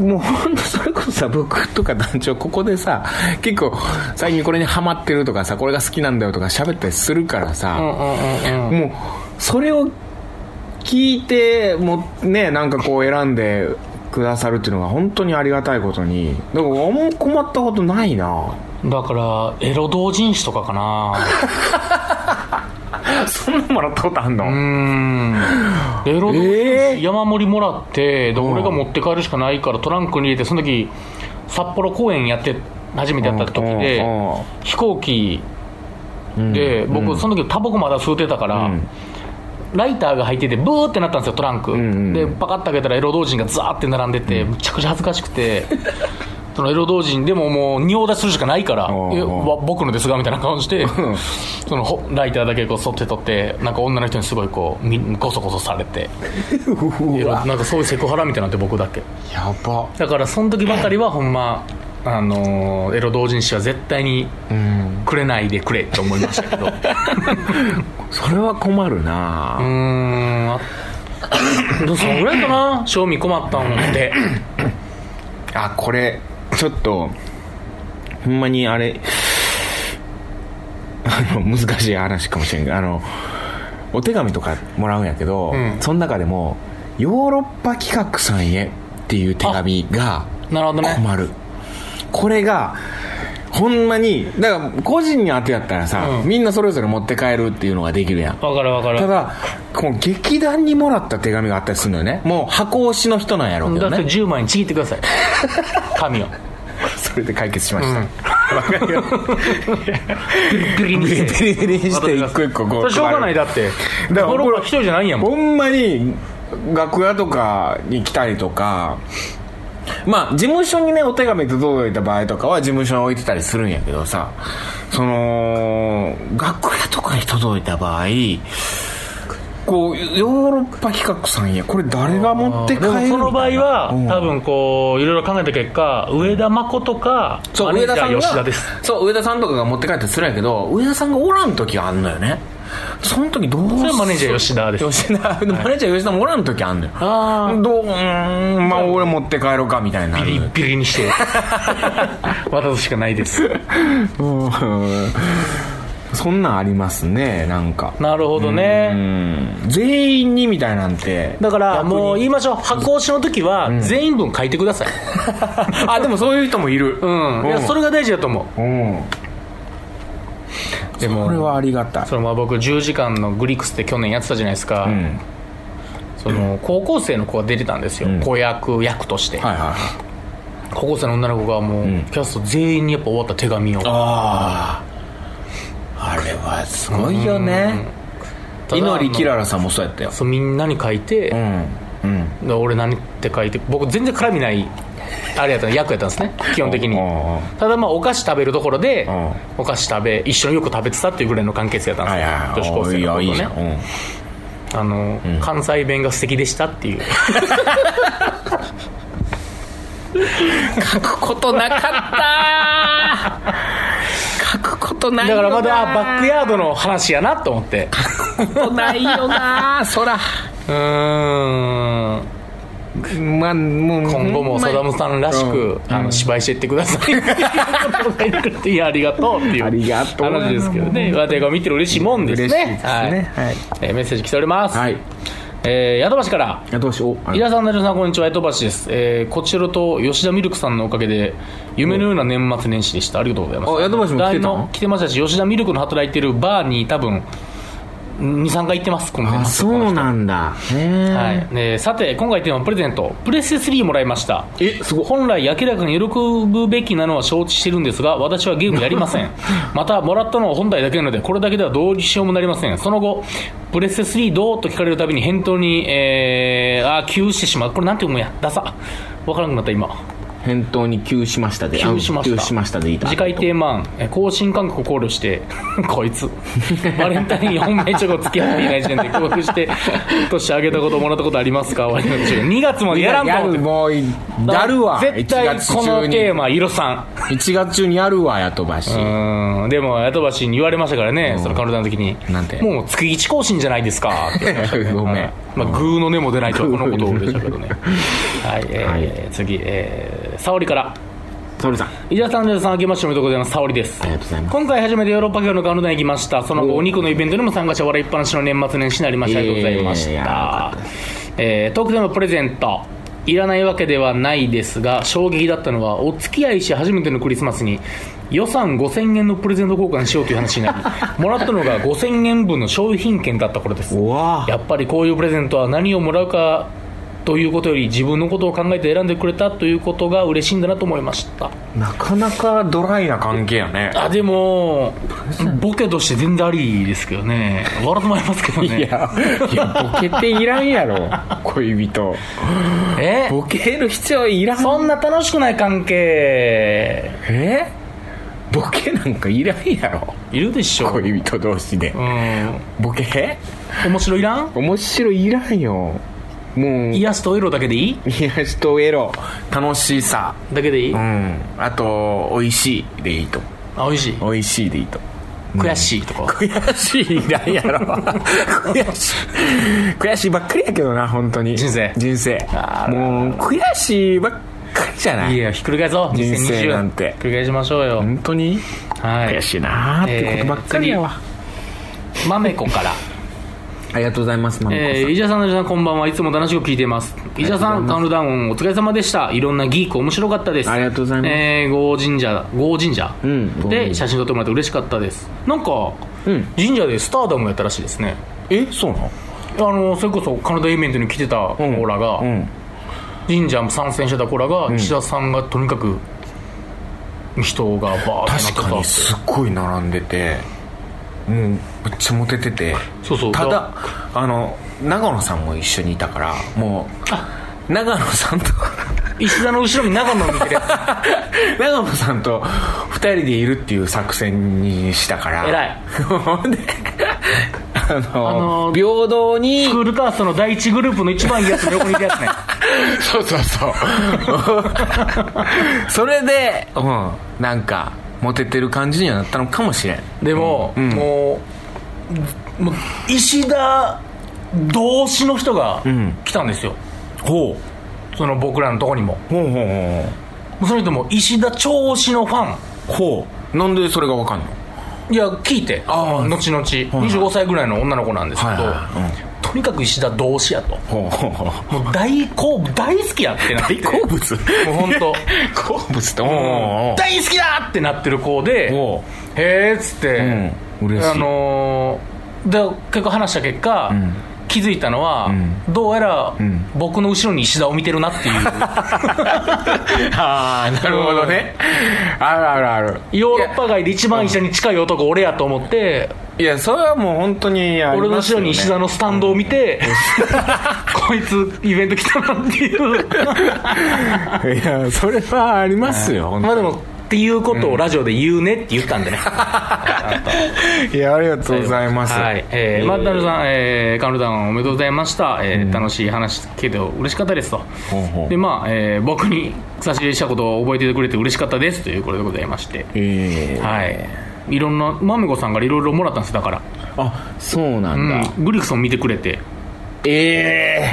B: もうほんとそれこそさ僕とか団長ここでさ結構最近これにハマってるとかさこれが好きなんだよとか喋ったりするから
C: うんうん
B: さ、
C: うんうん
B: もうそれを聞いてもうねなんかこう選んでくださるっていうのが本当にありがたいことにだからあんま困ったことないな
C: だからエロ同人誌とかかな
B: [laughs] そんなもらったことあんの、
C: うーんエロ同人誌、
B: えー
C: 山盛りもらってで
B: ん
C: 俺が持って帰るしかないからトランクに入れてその時札幌公演やって初めてやった時で、
B: うんうん
C: 飛行機
B: うん
C: で、
B: うん
C: 僕その時タバコまだ吸うてたから、
B: うん
C: ライターが入っててブーってなったんですよトランク、
B: んうん
C: でパカッと開けたらエロ同人がザーって並んでて、むちゃくちゃ恥ずかしくて [laughs] そのエロ同人でももう仁王立ちするしかないから
B: おうおう
C: えわ僕のですがみたいな顔して
B: ん
C: そのほライターだけこうそって取ってなんか女の人にすごいこうみゴソゴソされて
B: うわ
C: なんかそういうセクハラみたいになって僕だけ
B: やば
C: だからその時ばかりはほんまあのーエロ同人誌は絶対に
B: うん
C: くれないでくれって思いましたけどう
B: それは困るな、
C: ーんあでもそのぐらいかな賞味困ったんで
B: あこれちょっとほんまにあれあの難しい話かもしれんけどあのお手紙とかもらうんやけど、
C: うん
B: その中でもヨーロッパ企画さんへっていう手紙が
C: なるほどね
B: 困る、これがほんまにだから個人に当てやったらさ、
C: うん
B: みんなそれぞれ持って帰るっていうのができるやん
C: わかるわかる
B: ただこう劇団にもらった手紙があったりするのよねもう箱押しの人なんやろうけ
C: だ
B: ど
C: っ
B: ね
C: て10枚にちぎってください紙を
B: それで解決しました、
C: うん
B: わかるよ
C: ビリビリにして
B: ビリビリにして一個一個こう
C: それしょうがないだって
B: だから
C: ヨーロッパ一人じゃないんやもん
B: ほんまに楽屋とかに来たりとかまあ事務所にねお手紙届いた場合とかは事務所に置いてたりするんやけどさその楽屋とかに届いた場合こうヨーロッパ企画さんやこれ誰が持って帰
C: で
B: る
C: もその場合は、
B: うん
C: 多分こういろいろ考えた結果上田誠か
B: そう
C: マネ
B: 上
C: ー
B: 田さん
C: ジャー
B: が
C: 吉田です
B: そう上田さんとかが持って帰ったりするんやけど上田さんがおらん時があんのよねその時どうす
C: それはマネージャー吉田です
B: 吉田でもマネージャー吉田もおらん時あんのよ
C: あー
B: どううーんまあ俺持って帰ろうかみたいにな
C: ビ
B: る
C: リビリにして [laughs] 渡すしかないです
B: うんそんなんありますねなんか
C: なるほど
B: う
C: ね
B: ん全員にみたいなんて
C: だからもう言いましょう箱押しの時は全員分書いてくだ [laughs] さい
B: あでもそういう人もいる
C: うん、いやそれが大事だと思う
B: うん
C: でも
B: これはありがたい
C: そのまあ僕10時間のグリックスって去年やってたじゃないですか、
B: うん
C: その高校生の子が出てたんですよ、
B: うん
C: 子役役として、
B: はいはい
C: 高校生の女の子がもう、
B: ん
C: キャスト全員にやっぱ終わった手紙を
B: あああれはすごいよね
C: ただ
B: 祈りキララさんもそうやったよ
C: そうみんなに書いて、
B: うん
C: で俺何って書いて僕全然絡みないあれやった役やったんですね基本的に
B: うんうんうん
C: ただまあお菓子食べるところで
B: う
C: お菓子食べ一緒によく食べてたっていうぐらいの関係性やったん
B: はいはいはい
C: ですよ女子高生の
B: お
C: こ
B: ーいやいいじ
C: と
B: ゃん
C: ねあの関西弁が素敵でしたっ
B: [laughs]
C: ていう
B: 書くことなかった書くことな
C: だからまだバックヤードの話やなと思って
B: ックないよなそら
C: うーん
B: まあもう
C: 今後もサダムさんらしく、あの芝居していってくださいっていうことで言ってくれていやありがとうっていう
B: [laughs] ありがとう
C: 話ですけどねわてが見てる嬉しいもんですね
B: 嬉しいですね
C: は
B: はいい
C: えーメッセージ来ております、
B: はい
C: えー、宿橋から
B: あどうしようあ
C: 伊田さん、成田さん、こんにちは、江戸橋です。えー、こちらと吉田ミルクさんのおかげで、夢のような年末年始でした。ありがとうございます。
B: あ宿橋も来てたの
C: 団員来てましたし、吉田ミルクの働いてるバーに多分、2、3回行ってます、今回
B: あそうなんだへえ、
C: はいね、さて今回テーマはプレゼントプレステ3もらいました
B: えすごい
C: 本来明らかに喜ぶべきなのは承知してるんですが私はゲームやり
B: [laughs]
C: ませんまたもらったのは本体だけなのでこれだけではどうしようもなりませんその後プレステ3どうと聞かれるたびに返答にえー、あー急してしまうこれなんて読むんやダサわからなくなった今
B: 返答に急しましたで
C: 急しました
B: あ急しましたでいいだ
C: 次回テーマ案え更新感覚を考慮してこい
B: [laughs]
C: つバレンタイン4名チョコ付き合っていない時点で降伏して年あげたこともらったことありますか終わりましょう2月までやらんと
B: や
C: 思って
B: るもうやるわ
C: 絶対このテーマ色さん
B: 1月中にやるわやとばし
C: うんでも雇わしに言われましたからね、そのカルダの時に
B: なんて
C: もう月1更新じゃないですかって言われました
B: [laughs]
C: ね
B: ごめん
C: はいまあ、グーの根も出ないとはこのことでしたけどねはい、えー
B: はい
C: 次、えー、沙織から
B: トルさん
C: 伊田さん、伊田さん、明けましておめでとうございます。沙織です。
B: ありがとうございます
C: 今回初めてヨーロッパ業のカウントダウンに行きました。その後、お肉のイベントにも参加して笑いっぱなしの年末年始になりました。ありがとうございまし
B: いやいやいやよ
C: た。えー、トークでのプレゼント。いらないわけではないですが、衝撃だったのは、お付き合いし初めてのクリスマスに、予算5000円のプレゼント交換しようという話になり、もらったのが5000円分の商品券だった頃です。
B: うわ
C: やっぱりこういうプレゼントは何をもらうかということより自分のことを考えて選んでくれたということが嬉しいんだなと思いました
B: なかなかドライな関係やね
C: あでもボケとして全然ありですけどね笑ってもらいますけど
B: いや
C: ね
B: いやボケていらんやろ恋人
C: え
B: ボケる必要いらん
C: そんな楽しくない関係
B: えボケなんかいらんやろ
C: いるでしょ
B: 恋人同士で
C: うん
B: ボケ
C: 面白いらん
B: 面白いいらんよもう
C: 癒しとエロだけでいい
B: 癒しとエロ楽しさ
C: だけでいい、
B: うんあと美味しいでいいと
C: あ美味しい
B: 美味しいでいいと
C: 悔しいとか、
B: 悔しいいらんやろ [laughs] 悔しい悔しいばっかりやけどな本当に
C: 人生
B: 人生
C: あー
B: もう悔しいばっかりじゃない
C: いやひっくり返そう
B: 人生
C: 2020
B: なんて
C: ひっくり返しましょうよ、
B: 本当に
C: はい
B: 悔しいなーってことばっかりやわ、
C: まめこから
B: ありがとうございますマミコさん、
C: えー、伊者さん、のじさん、こんばんは。いつも楽しく聞いています。伊者さん、カウントダウン、お疲れ様でした。いろんなギーク、面白かったです。
B: ありがとうございます
C: えー、ゴー神社、ゴー神社、
B: うん郷神社
C: で、写真撮ってもらって嬉しかったです。なんか、
B: うん
C: 神社でスターダムやったらしいですね。
B: えそうなの
C: あの、それこそ、カナダイベントに来てた子らが、
B: うん
C: 神社も参戦してた子らが、岸田さんがとにかく、人がバーってなって
B: 確
C: たって
B: かにすっごい並んでてもうめっちゃモテてて
C: そうそう
B: ただあの長野さんも一緒にいたからもう長野さんと [laughs]
C: 石田の後ろに長野を見てるやつ。
B: 長野さんと二人でいるっていう作戦にしたから [laughs]
C: 偉い
B: ほんであの、
C: のー
B: 平等に
C: スクールカーストの第一グループの一番いいやつの横にいるやつね。
B: そうそうそう [laughs] それでうんなんかモテてる感じにはなったのかもしれん
C: でも、もうもう石田同士の人が来たんですよ、
B: ほ
C: その僕らのとこにもも
B: うほうほうほ
C: うその人も石田調子のファ
B: うほうなんでそれがわかんの
C: ンいや聞いて
B: あー
C: 後々、25歳ぐらいの女の子なんですけど、
B: はいはいはい
C: とにかく石田同士やと
B: ほうほうほう
C: もう大好物大好きやってなって
B: 大好物 [laughs]
C: もう本当
B: 好物っておうおうおう
C: 大好きだってなってる子で
B: おう
C: へえっつって、
B: うん嬉しい
C: あのーで結構話した結果、気づいたのは、どうやら、僕の後ろに石田を見てるなっていう
B: [laughs] ああなるほどねあるあるある
C: ヨーロッパ外で一番石田に近い男俺やと思って
B: いやそれはもう本当にあり
C: 俺の
B: ます
C: 後
B: よ
C: ろ
B: ね
C: に石田のスタンドを見て、こいつイベント来たなっていう
B: いやそれはありますよ、本当
C: まあ
B: に
C: でもっていうことをラジオで言うねって言ったんでね、
B: いやありがとうございます、
C: はい、えー、まあ、ダルさん、えー、カウントダウンおめでとうございました。えー楽しい話けど嬉しかったですと。
B: ほうほう
C: で、まあ、えー僕に差し入れしたことを覚えててくれて嬉しかったですということでございまして。
B: ええ
C: はい。いろんな、マメゴさんからいろいろもらったんです、だから。
B: あそうなんだ、
C: うん。グリクソン見てくれて、
B: ええ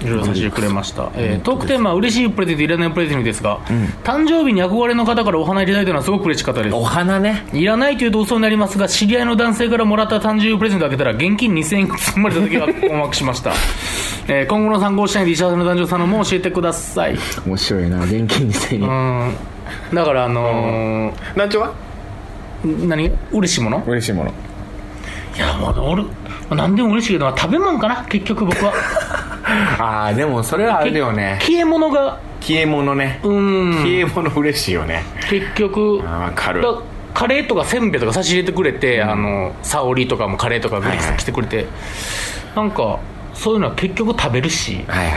C: いろいろ差し入れくれました。えー、トークテーマは嬉しいプレゼント、いらないプレゼントですが、誕生日に憧れの方からお花いただいたのはすごく嬉しかったです。
B: お花ね
C: いらないというと嘘になりますが知り合いの男性からもらった誕生日プレゼントを開けたら現金2000円が積まれた時は困惑しました、 [laughs] えー今後の参考にしたいので石原さんの誕生さんのも教えてくださいう
B: 面白いな現金にせに
C: ーんだからあの
B: 団長は
C: ー何嬉しいもの
B: 嬉しいもの
C: いやもう俺何でも嬉しいけど食べ物かな結局僕は
B: ああでもそれ [laughs] はあれだよね
C: 消え物が
B: 消え物ね、
C: うーん
B: 消え物嬉しいよね
C: 結局
B: あ分かる
C: だカレーとかせんべいとか差し入れてくれて、あの沙織とかもカレーとかグリス来てくれて、なんかそういうのは結局食べるし
B: はいはい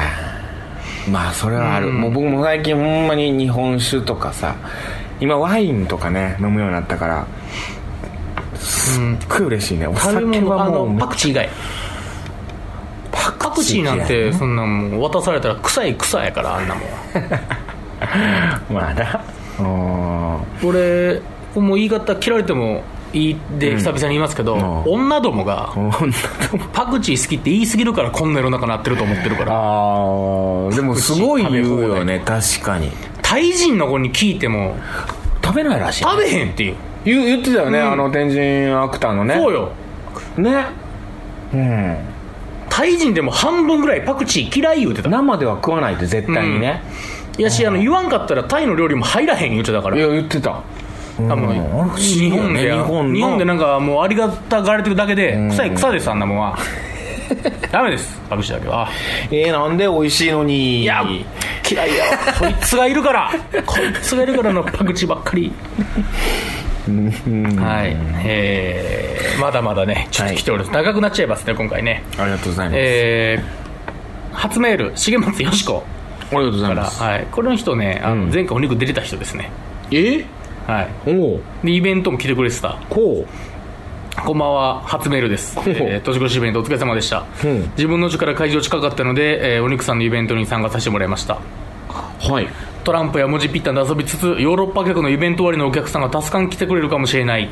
B: まあそれはある、もう僕も最近ほんまに日本酒とかさ今ワインとかね飲むようになったからすっごい嬉しいね、お
C: 食べ
B: 酒
C: 物あ
B: はも
C: の
B: う
C: パクチー以外パクチーなんてそんなもん渡されたら臭い臭いやからあんなもん
B: まあなうん
C: 俺もう言い方切られてもいいで久々に言いますけど、
B: うん
C: 女どもが
B: ほんと
C: パクチー好きって言い過ぎるからこんな世の中なってると思ってる [laughs] から
B: ああでもすごい言うよね確かに
C: タイ人の子に聞いても
B: 食べないらしい
C: 食べへんっていう
B: 言う言ってたよね、あの天神アクターのね
C: そうよ
B: ねうん
C: タイ人でも半分ぐらいパクチー嫌い言うてた
B: 生では食わないって絶対にね、
C: いやしあの言わんかったらタイの料理も入らへん言うてたから
B: いや言ってた
C: 多分
B: うんあれ不思議
C: 日
B: よ
C: 本
B: ね
C: で
B: 日本の
C: 日本でなんかもうありがたがれてるだけで臭い臭いですあんなもん [laughs] はダメですパクチーだけは
B: えー、なんで美味しいのに
C: いや嫌いよこいつがいるからこいつがいるからのパクチーばっかりはいえー、まだまだねちょっと来ております、長くなっちゃいますね今回ね
B: ありがとうございます、
C: えー、初メール重松よしこ
B: ありがとうござい
C: から、
B: ます
C: はい、この人ねあの
B: うん
C: 前回お肉出てた人ですね、
B: え
C: はい
B: おお
C: でイベントも来てくれてた
B: こ
C: こんばんは初メールです、
B: う
C: えー年越しイベントお疲れ様でした、
B: うん
C: 自分の家から会場近かったので、えーお肉さんのイベントに参加させてもらいました
B: うはい
C: トランプや文字ピッタンで遊びつつヨーロッパ客のイベント終わりのお客さんが助かに来てくれるかもしれない、
B: ん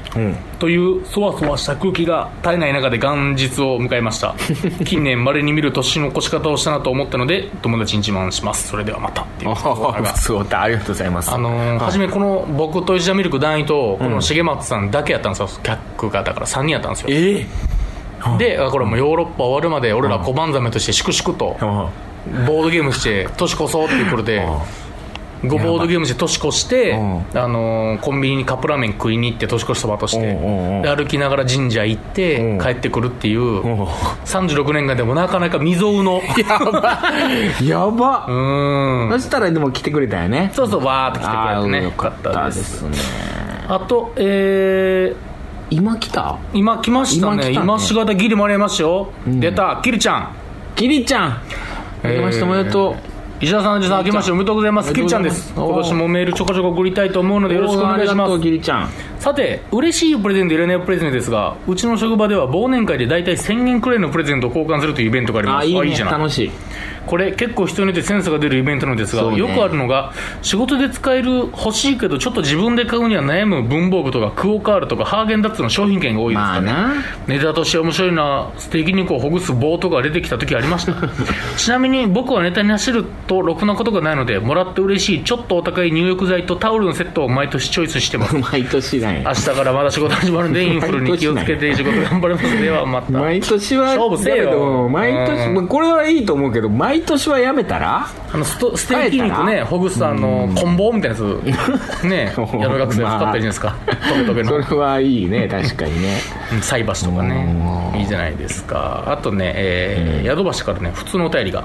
C: というそわそわした空気が絶えない中で元日を迎えました近年まれに見る年の越し方をしたなと思ったので友達に自慢しますそれではまたっていう
B: ああそうだありがとうございます
C: あのー初めこの僕と石田ミルク団員とこの重松さんだけやったんですよ、客がだから3人やったんですよ
B: え
C: でこれもうヨーロッパ終わるまで俺ら小判ザメとして粛々と
B: ー、
C: ボードゲームして年越そうっていうことで5ボードゲームして年越して、
B: う
C: あのーコンビニにカップラーメン食いに行って年越しそばとして、
B: うんうんうん
C: で歩きながら神社行って、
B: うん
C: 帰ってくるっていう、
B: ん
C: 36年間でもなかなか未曾有のう
B: やば [laughs] やば、
C: ーん
B: そしたらでも来てくれたよね
C: そうそうわーって来て
B: ああ
C: くれて
B: ー
C: ね
B: よかったですね
C: あとえー、
B: 今来た
C: 今来ました
B: 今来
C: ね
B: たね
C: 今しがたギリもらいましたよ、出たキリちゃん
B: キリちゃんあ
C: え
B: け
C: ー
B: ましておめでとう、
C: 石田さん、安田さん、明けましておめでとうございま
B: お
C: す。
B: め
C: キ
B: でと
C: リ
B: う
C: ちゃん
B: ござい
C: で
B: ます
C: す。今年もメールちょこちょこ送りたいと思うのでよろしくお願
B: おーあ
C: いし
B: りがと
C: ま
B: う
C: す。
B: ギリちゃん
C: さて、嬉しいプレゼント、いらないプレゼントですが、うちの職場では忘年会で大体1000円くらいのプレゼントを交換するというイベントがありま
B: あ
C: す。
B: いい,、ね、
C: あじゃない
B: 楽しい
C: これ結構人によってセンスが出るイベントなのですが、
B: そうね
C: よくあるのが仕事で使える欲しいけどちょっと自分で買うには悩む文房具とかクオ・カールとかハーゲンダッツの商品券が多いです
B: ま
C: か
B: あ
C: ら、ね
B: な
C: ネタとして面白いなステーキ肉をほぐす棒とか出てきた時ありましたちなみに僕はネタに走るとろくなことがないのでもらって嬉しいちょっとお高い入浴剤とタオルのセットを毎年チョイスしてます
B: 毎年なん
C: 明
B: や
C: 日からまだ仕事始まるんでインフルに気をつけて仕事頑張りますではまた
B: 毎年は
C: 勝負せよ
B: だけど毎年、
C: うん
B: まあこれはいいと思うけど毎年はやめたら
C: あのストステーキ肉
B: 変え
C: ね
B: た
C: ほぐすあのコンボみたいなやつね
B: [laughs] おー
C: やる学生使ったりじゃないですか、トゲトゲ
B: それ
C: の
B: はいいね確かにね
C: うん菜箸とかねいいじゃないですかあとね、えー宿橋からね普通のお便りが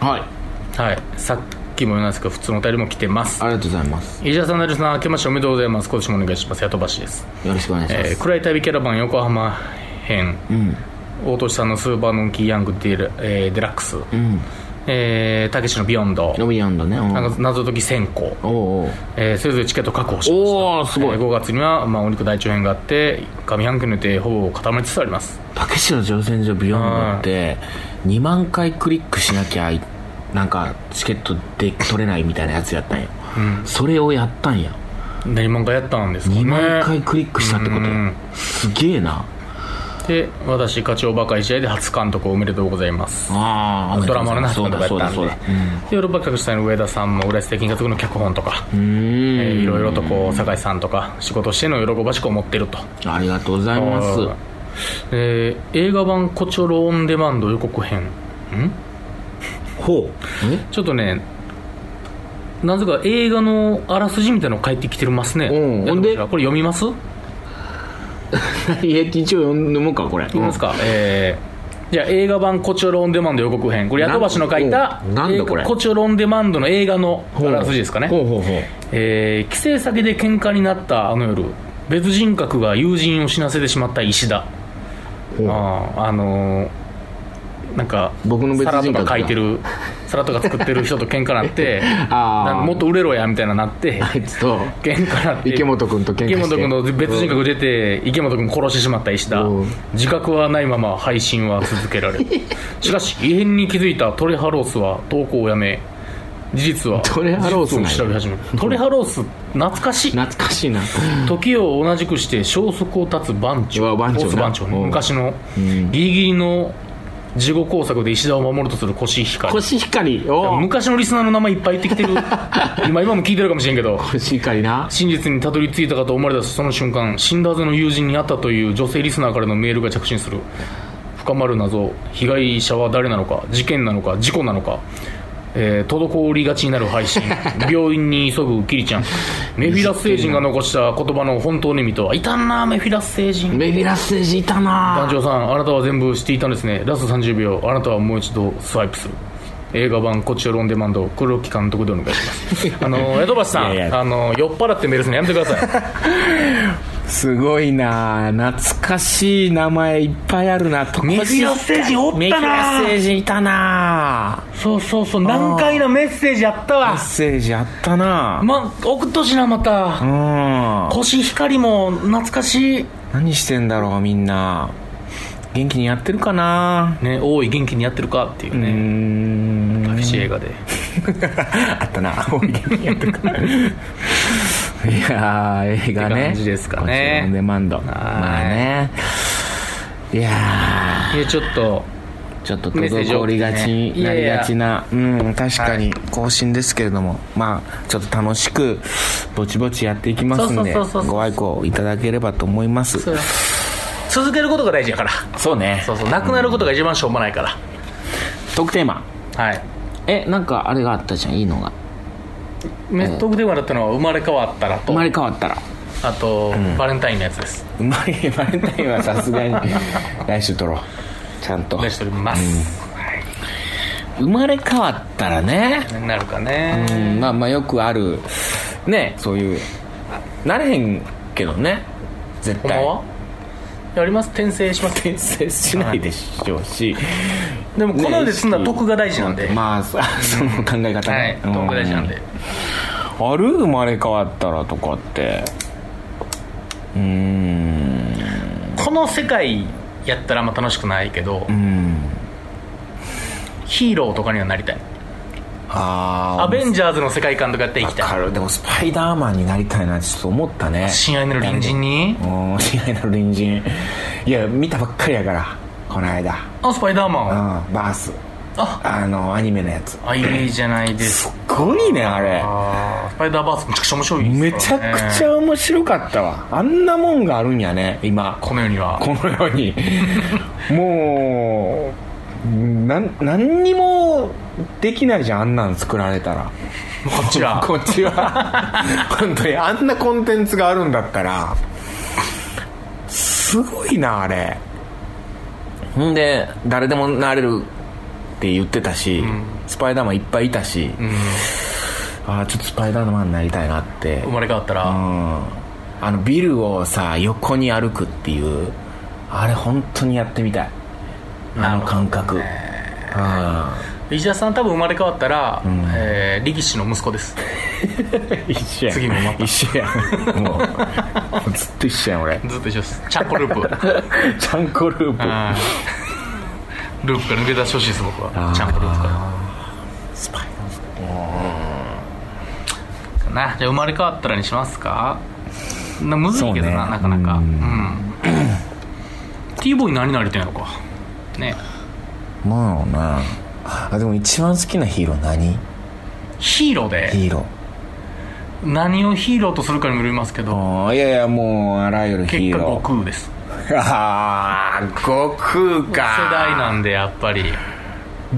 B: はい
C: はいさきも言いますけど普通のお便りも来てます
B: ありがとうございます
C: 石田さん、成田さん、明けましておめでとうございます。今年もお願いします。ヤトバシです。
B: よろしくお願いします、
C: えー、暗い旅キャラバン横浜編、
B: うん
C: 大年さんのスーパーノンキーヤングディラ、えーデラックス、
B: うん
C: えーたけしのビヨンド、
B: ロビーアンドね、うん
C: なんか謎解き先行、
B: おうおう
C: えーそれぞれチケット確保しました。
B: おおすごい
C: えー5月には、まあ、お肉大長編があって、上半期の予定ほぼ固まりつつあります。
B: 竹城乗船所ビヨンドって2万回クリックしなきゃいなんかチケットで取れないみたいなやつやったんや、それをやったんや
C: 何万回やったんですかね。
B: 2万回クリックしたってことや、
C: うん
B: すげえな
C: で、私、課長ばかり試合で初監督おめでとうございます。
B: ああ
C: ドラマの中
B: そう
C: とか
B: だ
C: や
B: そう
C: った
B: だ
C: んで
B: そうだ
C: ヨーロッパ客主体の上田さんも浦安鉄筋家族の脚本とか、
B: うーん、
C: えーいろいろとこう酒井さんとか仕事しての喜ばしく思ってると
B: ありがとうございます
C: えー映画版「コチョロオンデマンド」予告編ん
B: ほう
C: ちょっとねなぜか映画のあらすじみたいなの返ってきてますね、
B: うんほんで
C: これ読みます読
B: え [laughs] いや一応読むかこれ
C: みますか、えーじゃあ映画版「コチョロオンデマンド」予告編これヤトバシの書いた
B: なんなんだこれ
C: 映画コチョロオンデマンド」の映画のあ
B: ほう
C: らすじですかね
B: ほうほうほう
C: えー帰省先で喧嘩になったあの夜別人格が友人を死なせてしまった石田
B: ほう
C: あーあのーなんか
B: 僕の別人格
C: 皿と
B: だ
C: か書いてる皿とか作ってる人と喧嘩なって
B: [laughs] あー
C: なんもっと売れろやみたいななって
B: あいつと
C: 喧嘩なって
B: 池本君と喧嘩して
C: 池本君の別人格出て池本君殺してしまった石田
B: うん
C: 自覚はないまま配信は続けら
B: [laughs]
C: れるしかし異変に気づいたトレハロースは投稿をやめ事実は
B: トレハロースなんや
C: 事実を調べ始めるトレハロース懐かしい
B: 懐かしいな
C: 時を同じくして消息を絶つ番
B: う
C: 長
B: わ番長な
C: ボス番長ね
B: うん
C: 昔のギリギリの事後工作で石田を守るとするコシヒカリ
B: 腰光おう
C: 昔のリスナーの名前いっぱい言ってきて
B: [laughs]
C: る今今も聞いてるかもしれんけど
B: 腰光な
C: 真実にたどり着いたかと思われたその瞬間死んだはずの友人に会ったという女性リスナーからのメールが着信する深まる謎被害者は誰なのか事件なのか事故なのか、えー、滞りがちになる
B: [laughs]
C: 配信病院に急ぐキリちゃんメフィラス星人が残した言葉の本当の意味とはいたんなメフィラス星人
B: メビラステージいたな
C: 団長さんあなたは全部知っていたんですねラスト30秒あなたはもう一度スワイプする映画版「こっちよロンデマンド」黒木監督でお願いし
B: [laughs]
C: ますあの江戸橋さん
B: いやいや
C: あの酔っ払ってメールするのやめてください
B: すごいな懐かしい名前いっぱいあるな
C: メフィラステージおったな
B: メフィラステージいたな
C: そうそうそう難解なメッセージやった
B: メ
C: わ
B: ッセージあったな
C: ま送っとしなまた
B: うん
C: 腰光も懐かしい
B: 何してんだろうみんな元気にやってるかな
C: ね大い元気にやってるかっていう
B: うー
C: ね
B: ん
C: 激しい映画で
B: あったな元気にやってるかないやー映画
C: って
B: ね
C: 感じですかね
B: こっちのオンデマンドまあねいやー
C: いやちょっと
B: ちょっと滞りがちになりがちな、うん、確かに更新ですけれども、まあ、ちょっと楽しく、ぼちぼちやっていきますんで
C: そうそうそうそう、
B: ご愛顧いただければと思います。そう
C: 続けることが大事やから
B: ね。
C: そうそうなくなることが一番しょうもないから、
B: トークテーマ。
C: はい
B: え、なんかあれがあったじゃん、いいのが。
C: メットオブデマだったのは生まれ変わったらと
B: 生まれ変わった
C: [laughs]
B: ら。
C: あと、バレンタインのやつです
B: 生まれ、生まれたいはさすが
C: [laughs]
B: に、来週撮ろう。ちゃんと
C: 出。しております、
B: 生まれ変わったらね。
C: なるかね
B: うんまあまあよくあるねそういうなれへんけどね絶
C: ほんま
B: 対
C: はやります転生します
B: 転生しないでしょう
C: [laughs]
B: し、
C: でもこの世で済んだ徳が大事なんで、
B: まあ [laughs] そその考え方
C: はい
B: ね、う
C: 徳が大事なんで、
B: ある生まれ変わったらとかってうーん
C: この世界やったらあんま楽しくないけど、
B: うん
C: ヒーローとかにはなりたい
B: あ
C: アベンジャーズの世界観とかやっていき
B: わ
C: た
B: か
C: い
B: るでもスパイダーマンになりたいなってちょっと思ったね
C: 親愛なる隣人に
B: うん [laughs] 親愛なる隣人いや見たばっかりやからこの間
C: あスパイダーマン
B: う
C: は
B: んバース
C: あ
B: あのアニメのやつ
C: あいいじゃないです
B: すっ
C: か
B: ごいねあれ
C: スパイダーバースめちゃくちゃ面白い
B: め
C: で
B: ち
C: すか
B: ゃ
C: らね
B: くちゃ面白かったわあんなもんがあるんやね今
C: この世には
B: このよう [laughs] にもうなん何にもできないじゃんあんなん作られたら
C: こっちは
B: こっち [laughs] は本当にあんなコンテンツがあるんだったらすごいなあれんで誰でもなれるっって言ってたし、スパイダーマンいっぱいいたし、ああちょっとスパイダーマンになりたいなって、
C: 生まれ変わった
B: う
C: ら、
B: ん、あのビルをさ横に歩くっていうあれ本当にやってみたいあの感覚、
C: 石田さん多分生まれ変わったら、
B: ん
C: えー力士の息子です
B: うん、 [laughs] 一緒や
C: 次もまた
B: 一緒や [laughs] もうずっと一緒やん [laughs] 俺
C: ずっと一緒ですチャッコループ
B: ちゃんこループ
C: あーループから抜け出してほしいです僕
B: あ
C: は
B: ー
C: チャンコループから
B: スパイ
C: かなじゃあ生まれ変わったらにしますかなむずいけどな、
B: そうね
C: なかなか
B: う
C: うんん T ボーイ何になりたいのかね
B: まあなあでも一番好きなヒーロー何
C: ヒーローで
B: ヒーロー
C: 何をヒーローとするかにもよりますけど
B: あーいやいやもうあらゆるヒ
C: 結
B: ー
C: 果
B: ロ
C: 悟
B: ー
C: 空です
B: ああ悟空
C: 世代
B: か
C: なんでやっぱり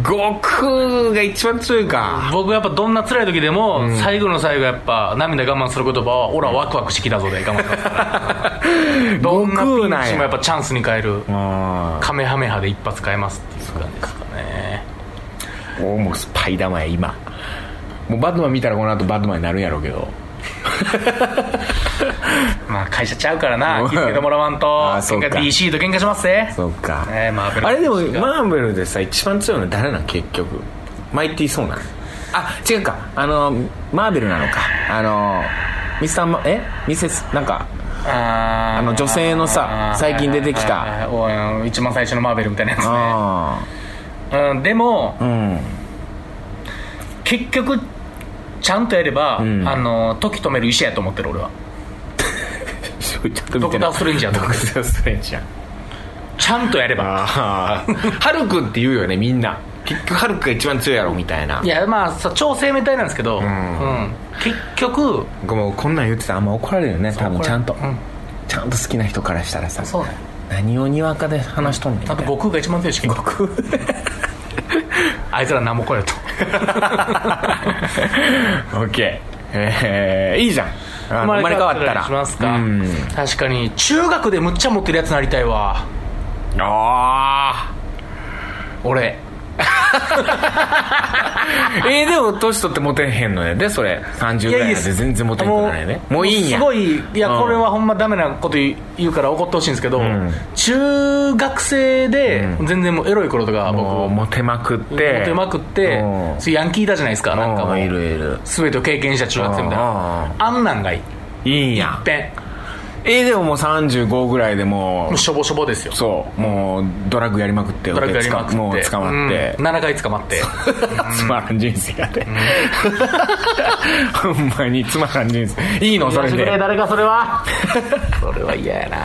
B: 悟空が一番強いか
C: 僕やっぱどんな辛い時でも、最後の最後やっぱ涙我慢する言葉は「俺はワクワクしてきたぞ」で我慢しますからどんなピ
B: 悟空なん
C: ン
B: や
C: チもやっぱチャンスに変える
B: あ
C: カメハメハで一発変えますっていう感じですかね
B: あもうスパイダーマンや今もうバットマン見たらこの後バットマンになるんやろうけど
C: まあ会社ちゃうから
B: う
C: なん気付けてもらわん
B: [laughs]
C: と
B: あそうか
C: 喧嘩 DC と喧嘩しますぜ
B: そうか、
C: えーマーベル
B: あれでも
C: 違う
B: マーベルでさ一番強いの誰なん結局マイティー・ソーなのあ違うかあのマーベルなのかあのミスターマえミセスなんか
C: あ
B: あの女性のさ最近出てきた
C: た一番最初のマーベルみたいなやつね
B: あ
C: うんでも
B: あうん
C: 結局ちゃんとやれば、
B: ん
C: あの時止める医者やと思ってる俺は
B: ちょっと
C: ドクターストレンジャーと
B: [laughs] ド
C: か
B: クターストレンジャー
C: ちゃんとやれば
B: ああハルクって言うよねみんな結局ハルクが一番強いやろみたいない
C: やまあさ超生命体なんですけど、うん結局
B: もうこんなん言ってたらあんま怒られるよね多分
C: これ
B: ちゃんと、
C: うん
B: ちゃんと好きな人からしたらさ
C: そうね
B: 何をにわかで話しとんねんみたい
C: あと
B: な
C: 悟空が一番強いし悟
B: [laughs]
C: 空あいつら何も来よと
B: オッケー [laughs] えー、いいじゃんあの生まれ変わったら
C: しますか、
B: うん
C: 確かに中学でむっちゃ持ってるやつになりたいわ
B: あ
C: 俺
B: あえー、でも年取ってモテへんのやでそれ30
C: い
B: ぐらいやで全然モテへんのないねもういいんや
C: すごいいや
B: うん
C: これはほんまダメなこと言う言うから怒ってほしいんですけど、
B: ん
C: 中学生で全然もうエロい頃とか僕
B: もうモテまくってモ
C: モテまくって
B: うん
C: そうヤンキーだじゃないですかなんかもう
B: いるいる
C: 全てを経験した中学生みたいなあんなんがいい
B: いいんや
C: 一遍
B: えー、でももう35ぐらいでも
C: もう
B: う
C: しょぼしょぼですよ
B: そうもうドラッグやりまくって
C: ドラッグやりまくって
B: もう捕まって
C: うん、7回捕
B: [laughs]
C: まって
B: つまらん人生やで、ほんまにつまらん人生いいのそれ
C: いやしてく
B: で
C: れ誰かそれはそれは嫌やな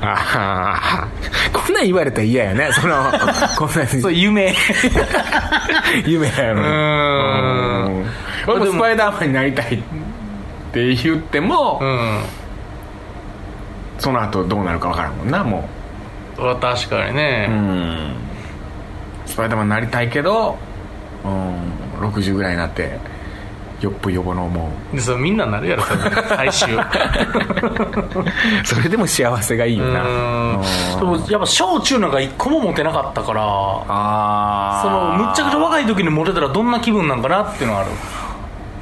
B: あーこんなん言われたら嫌やねその [laughs] こんなん
C: そう夢
B: 夢や
C: う
B: ろ
C: ーん
B: 僕もスパイダーマンになりたいって言っても、
C: うん
B: その後どうなるかわからんもんなも
C: 確かに
B: うう
C: ね、
B: んスパイダーマンになりたいけど、うん、60ぐらいになってよっぽよぼのも
C: でそれみんなになるやろそれ
B: [laughs]
C: 最終う
B: うそれでも幸せがいいよな
C: ーんでもやっぱ小中なんか一個も持てなかったから
B: ああ
C: そのむっちゃくちゃ若い時にモテたらどんな気分なんかなっていうのはある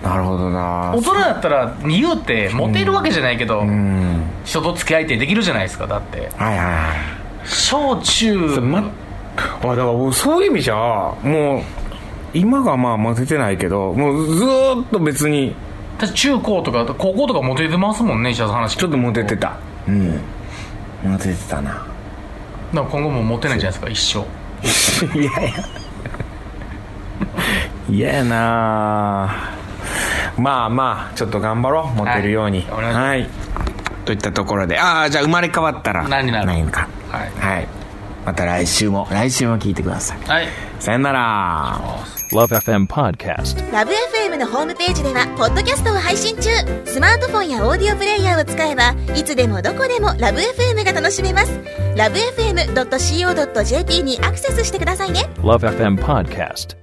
B: なるほどな
C: 大人だったら言うてモテるわけじゃないけど、
B: うん
C: 人と付き合いってできるじゃないですかだって
B: はいはいはい
C: 小中
B: それまあだから僕そういう意味じゃもう今がまあモテてないけどもうずーっと別に
C: だって中高とか高校とかモテてますもんね石田さんの話
B: ちょっとモテてたうんモテてたな
C: だから今後もモテないんじゃないですか一生
B: いやいや [laughs] 嫌やなまあまあちょっと頑張ろうモテるように
C: はいお
B: は
C: 願い
B: い、
C: します
B: といったところでああじゃあ生まれ変わったら
C: 何になる
B: いのか
C: はい
B: はい、また来週も来週も聞いてください
C: はい
B: さよなら
D: Love FM Podcast.
E: ラブ f m のホームページではポッドキャストを配信中スマートフォンやオーディオプレイヤーを使えばいつでもどこでもラブ f m が楽しめますラブ FM.co.jp にアクセスしてくださいね
D: Love FM Podcast.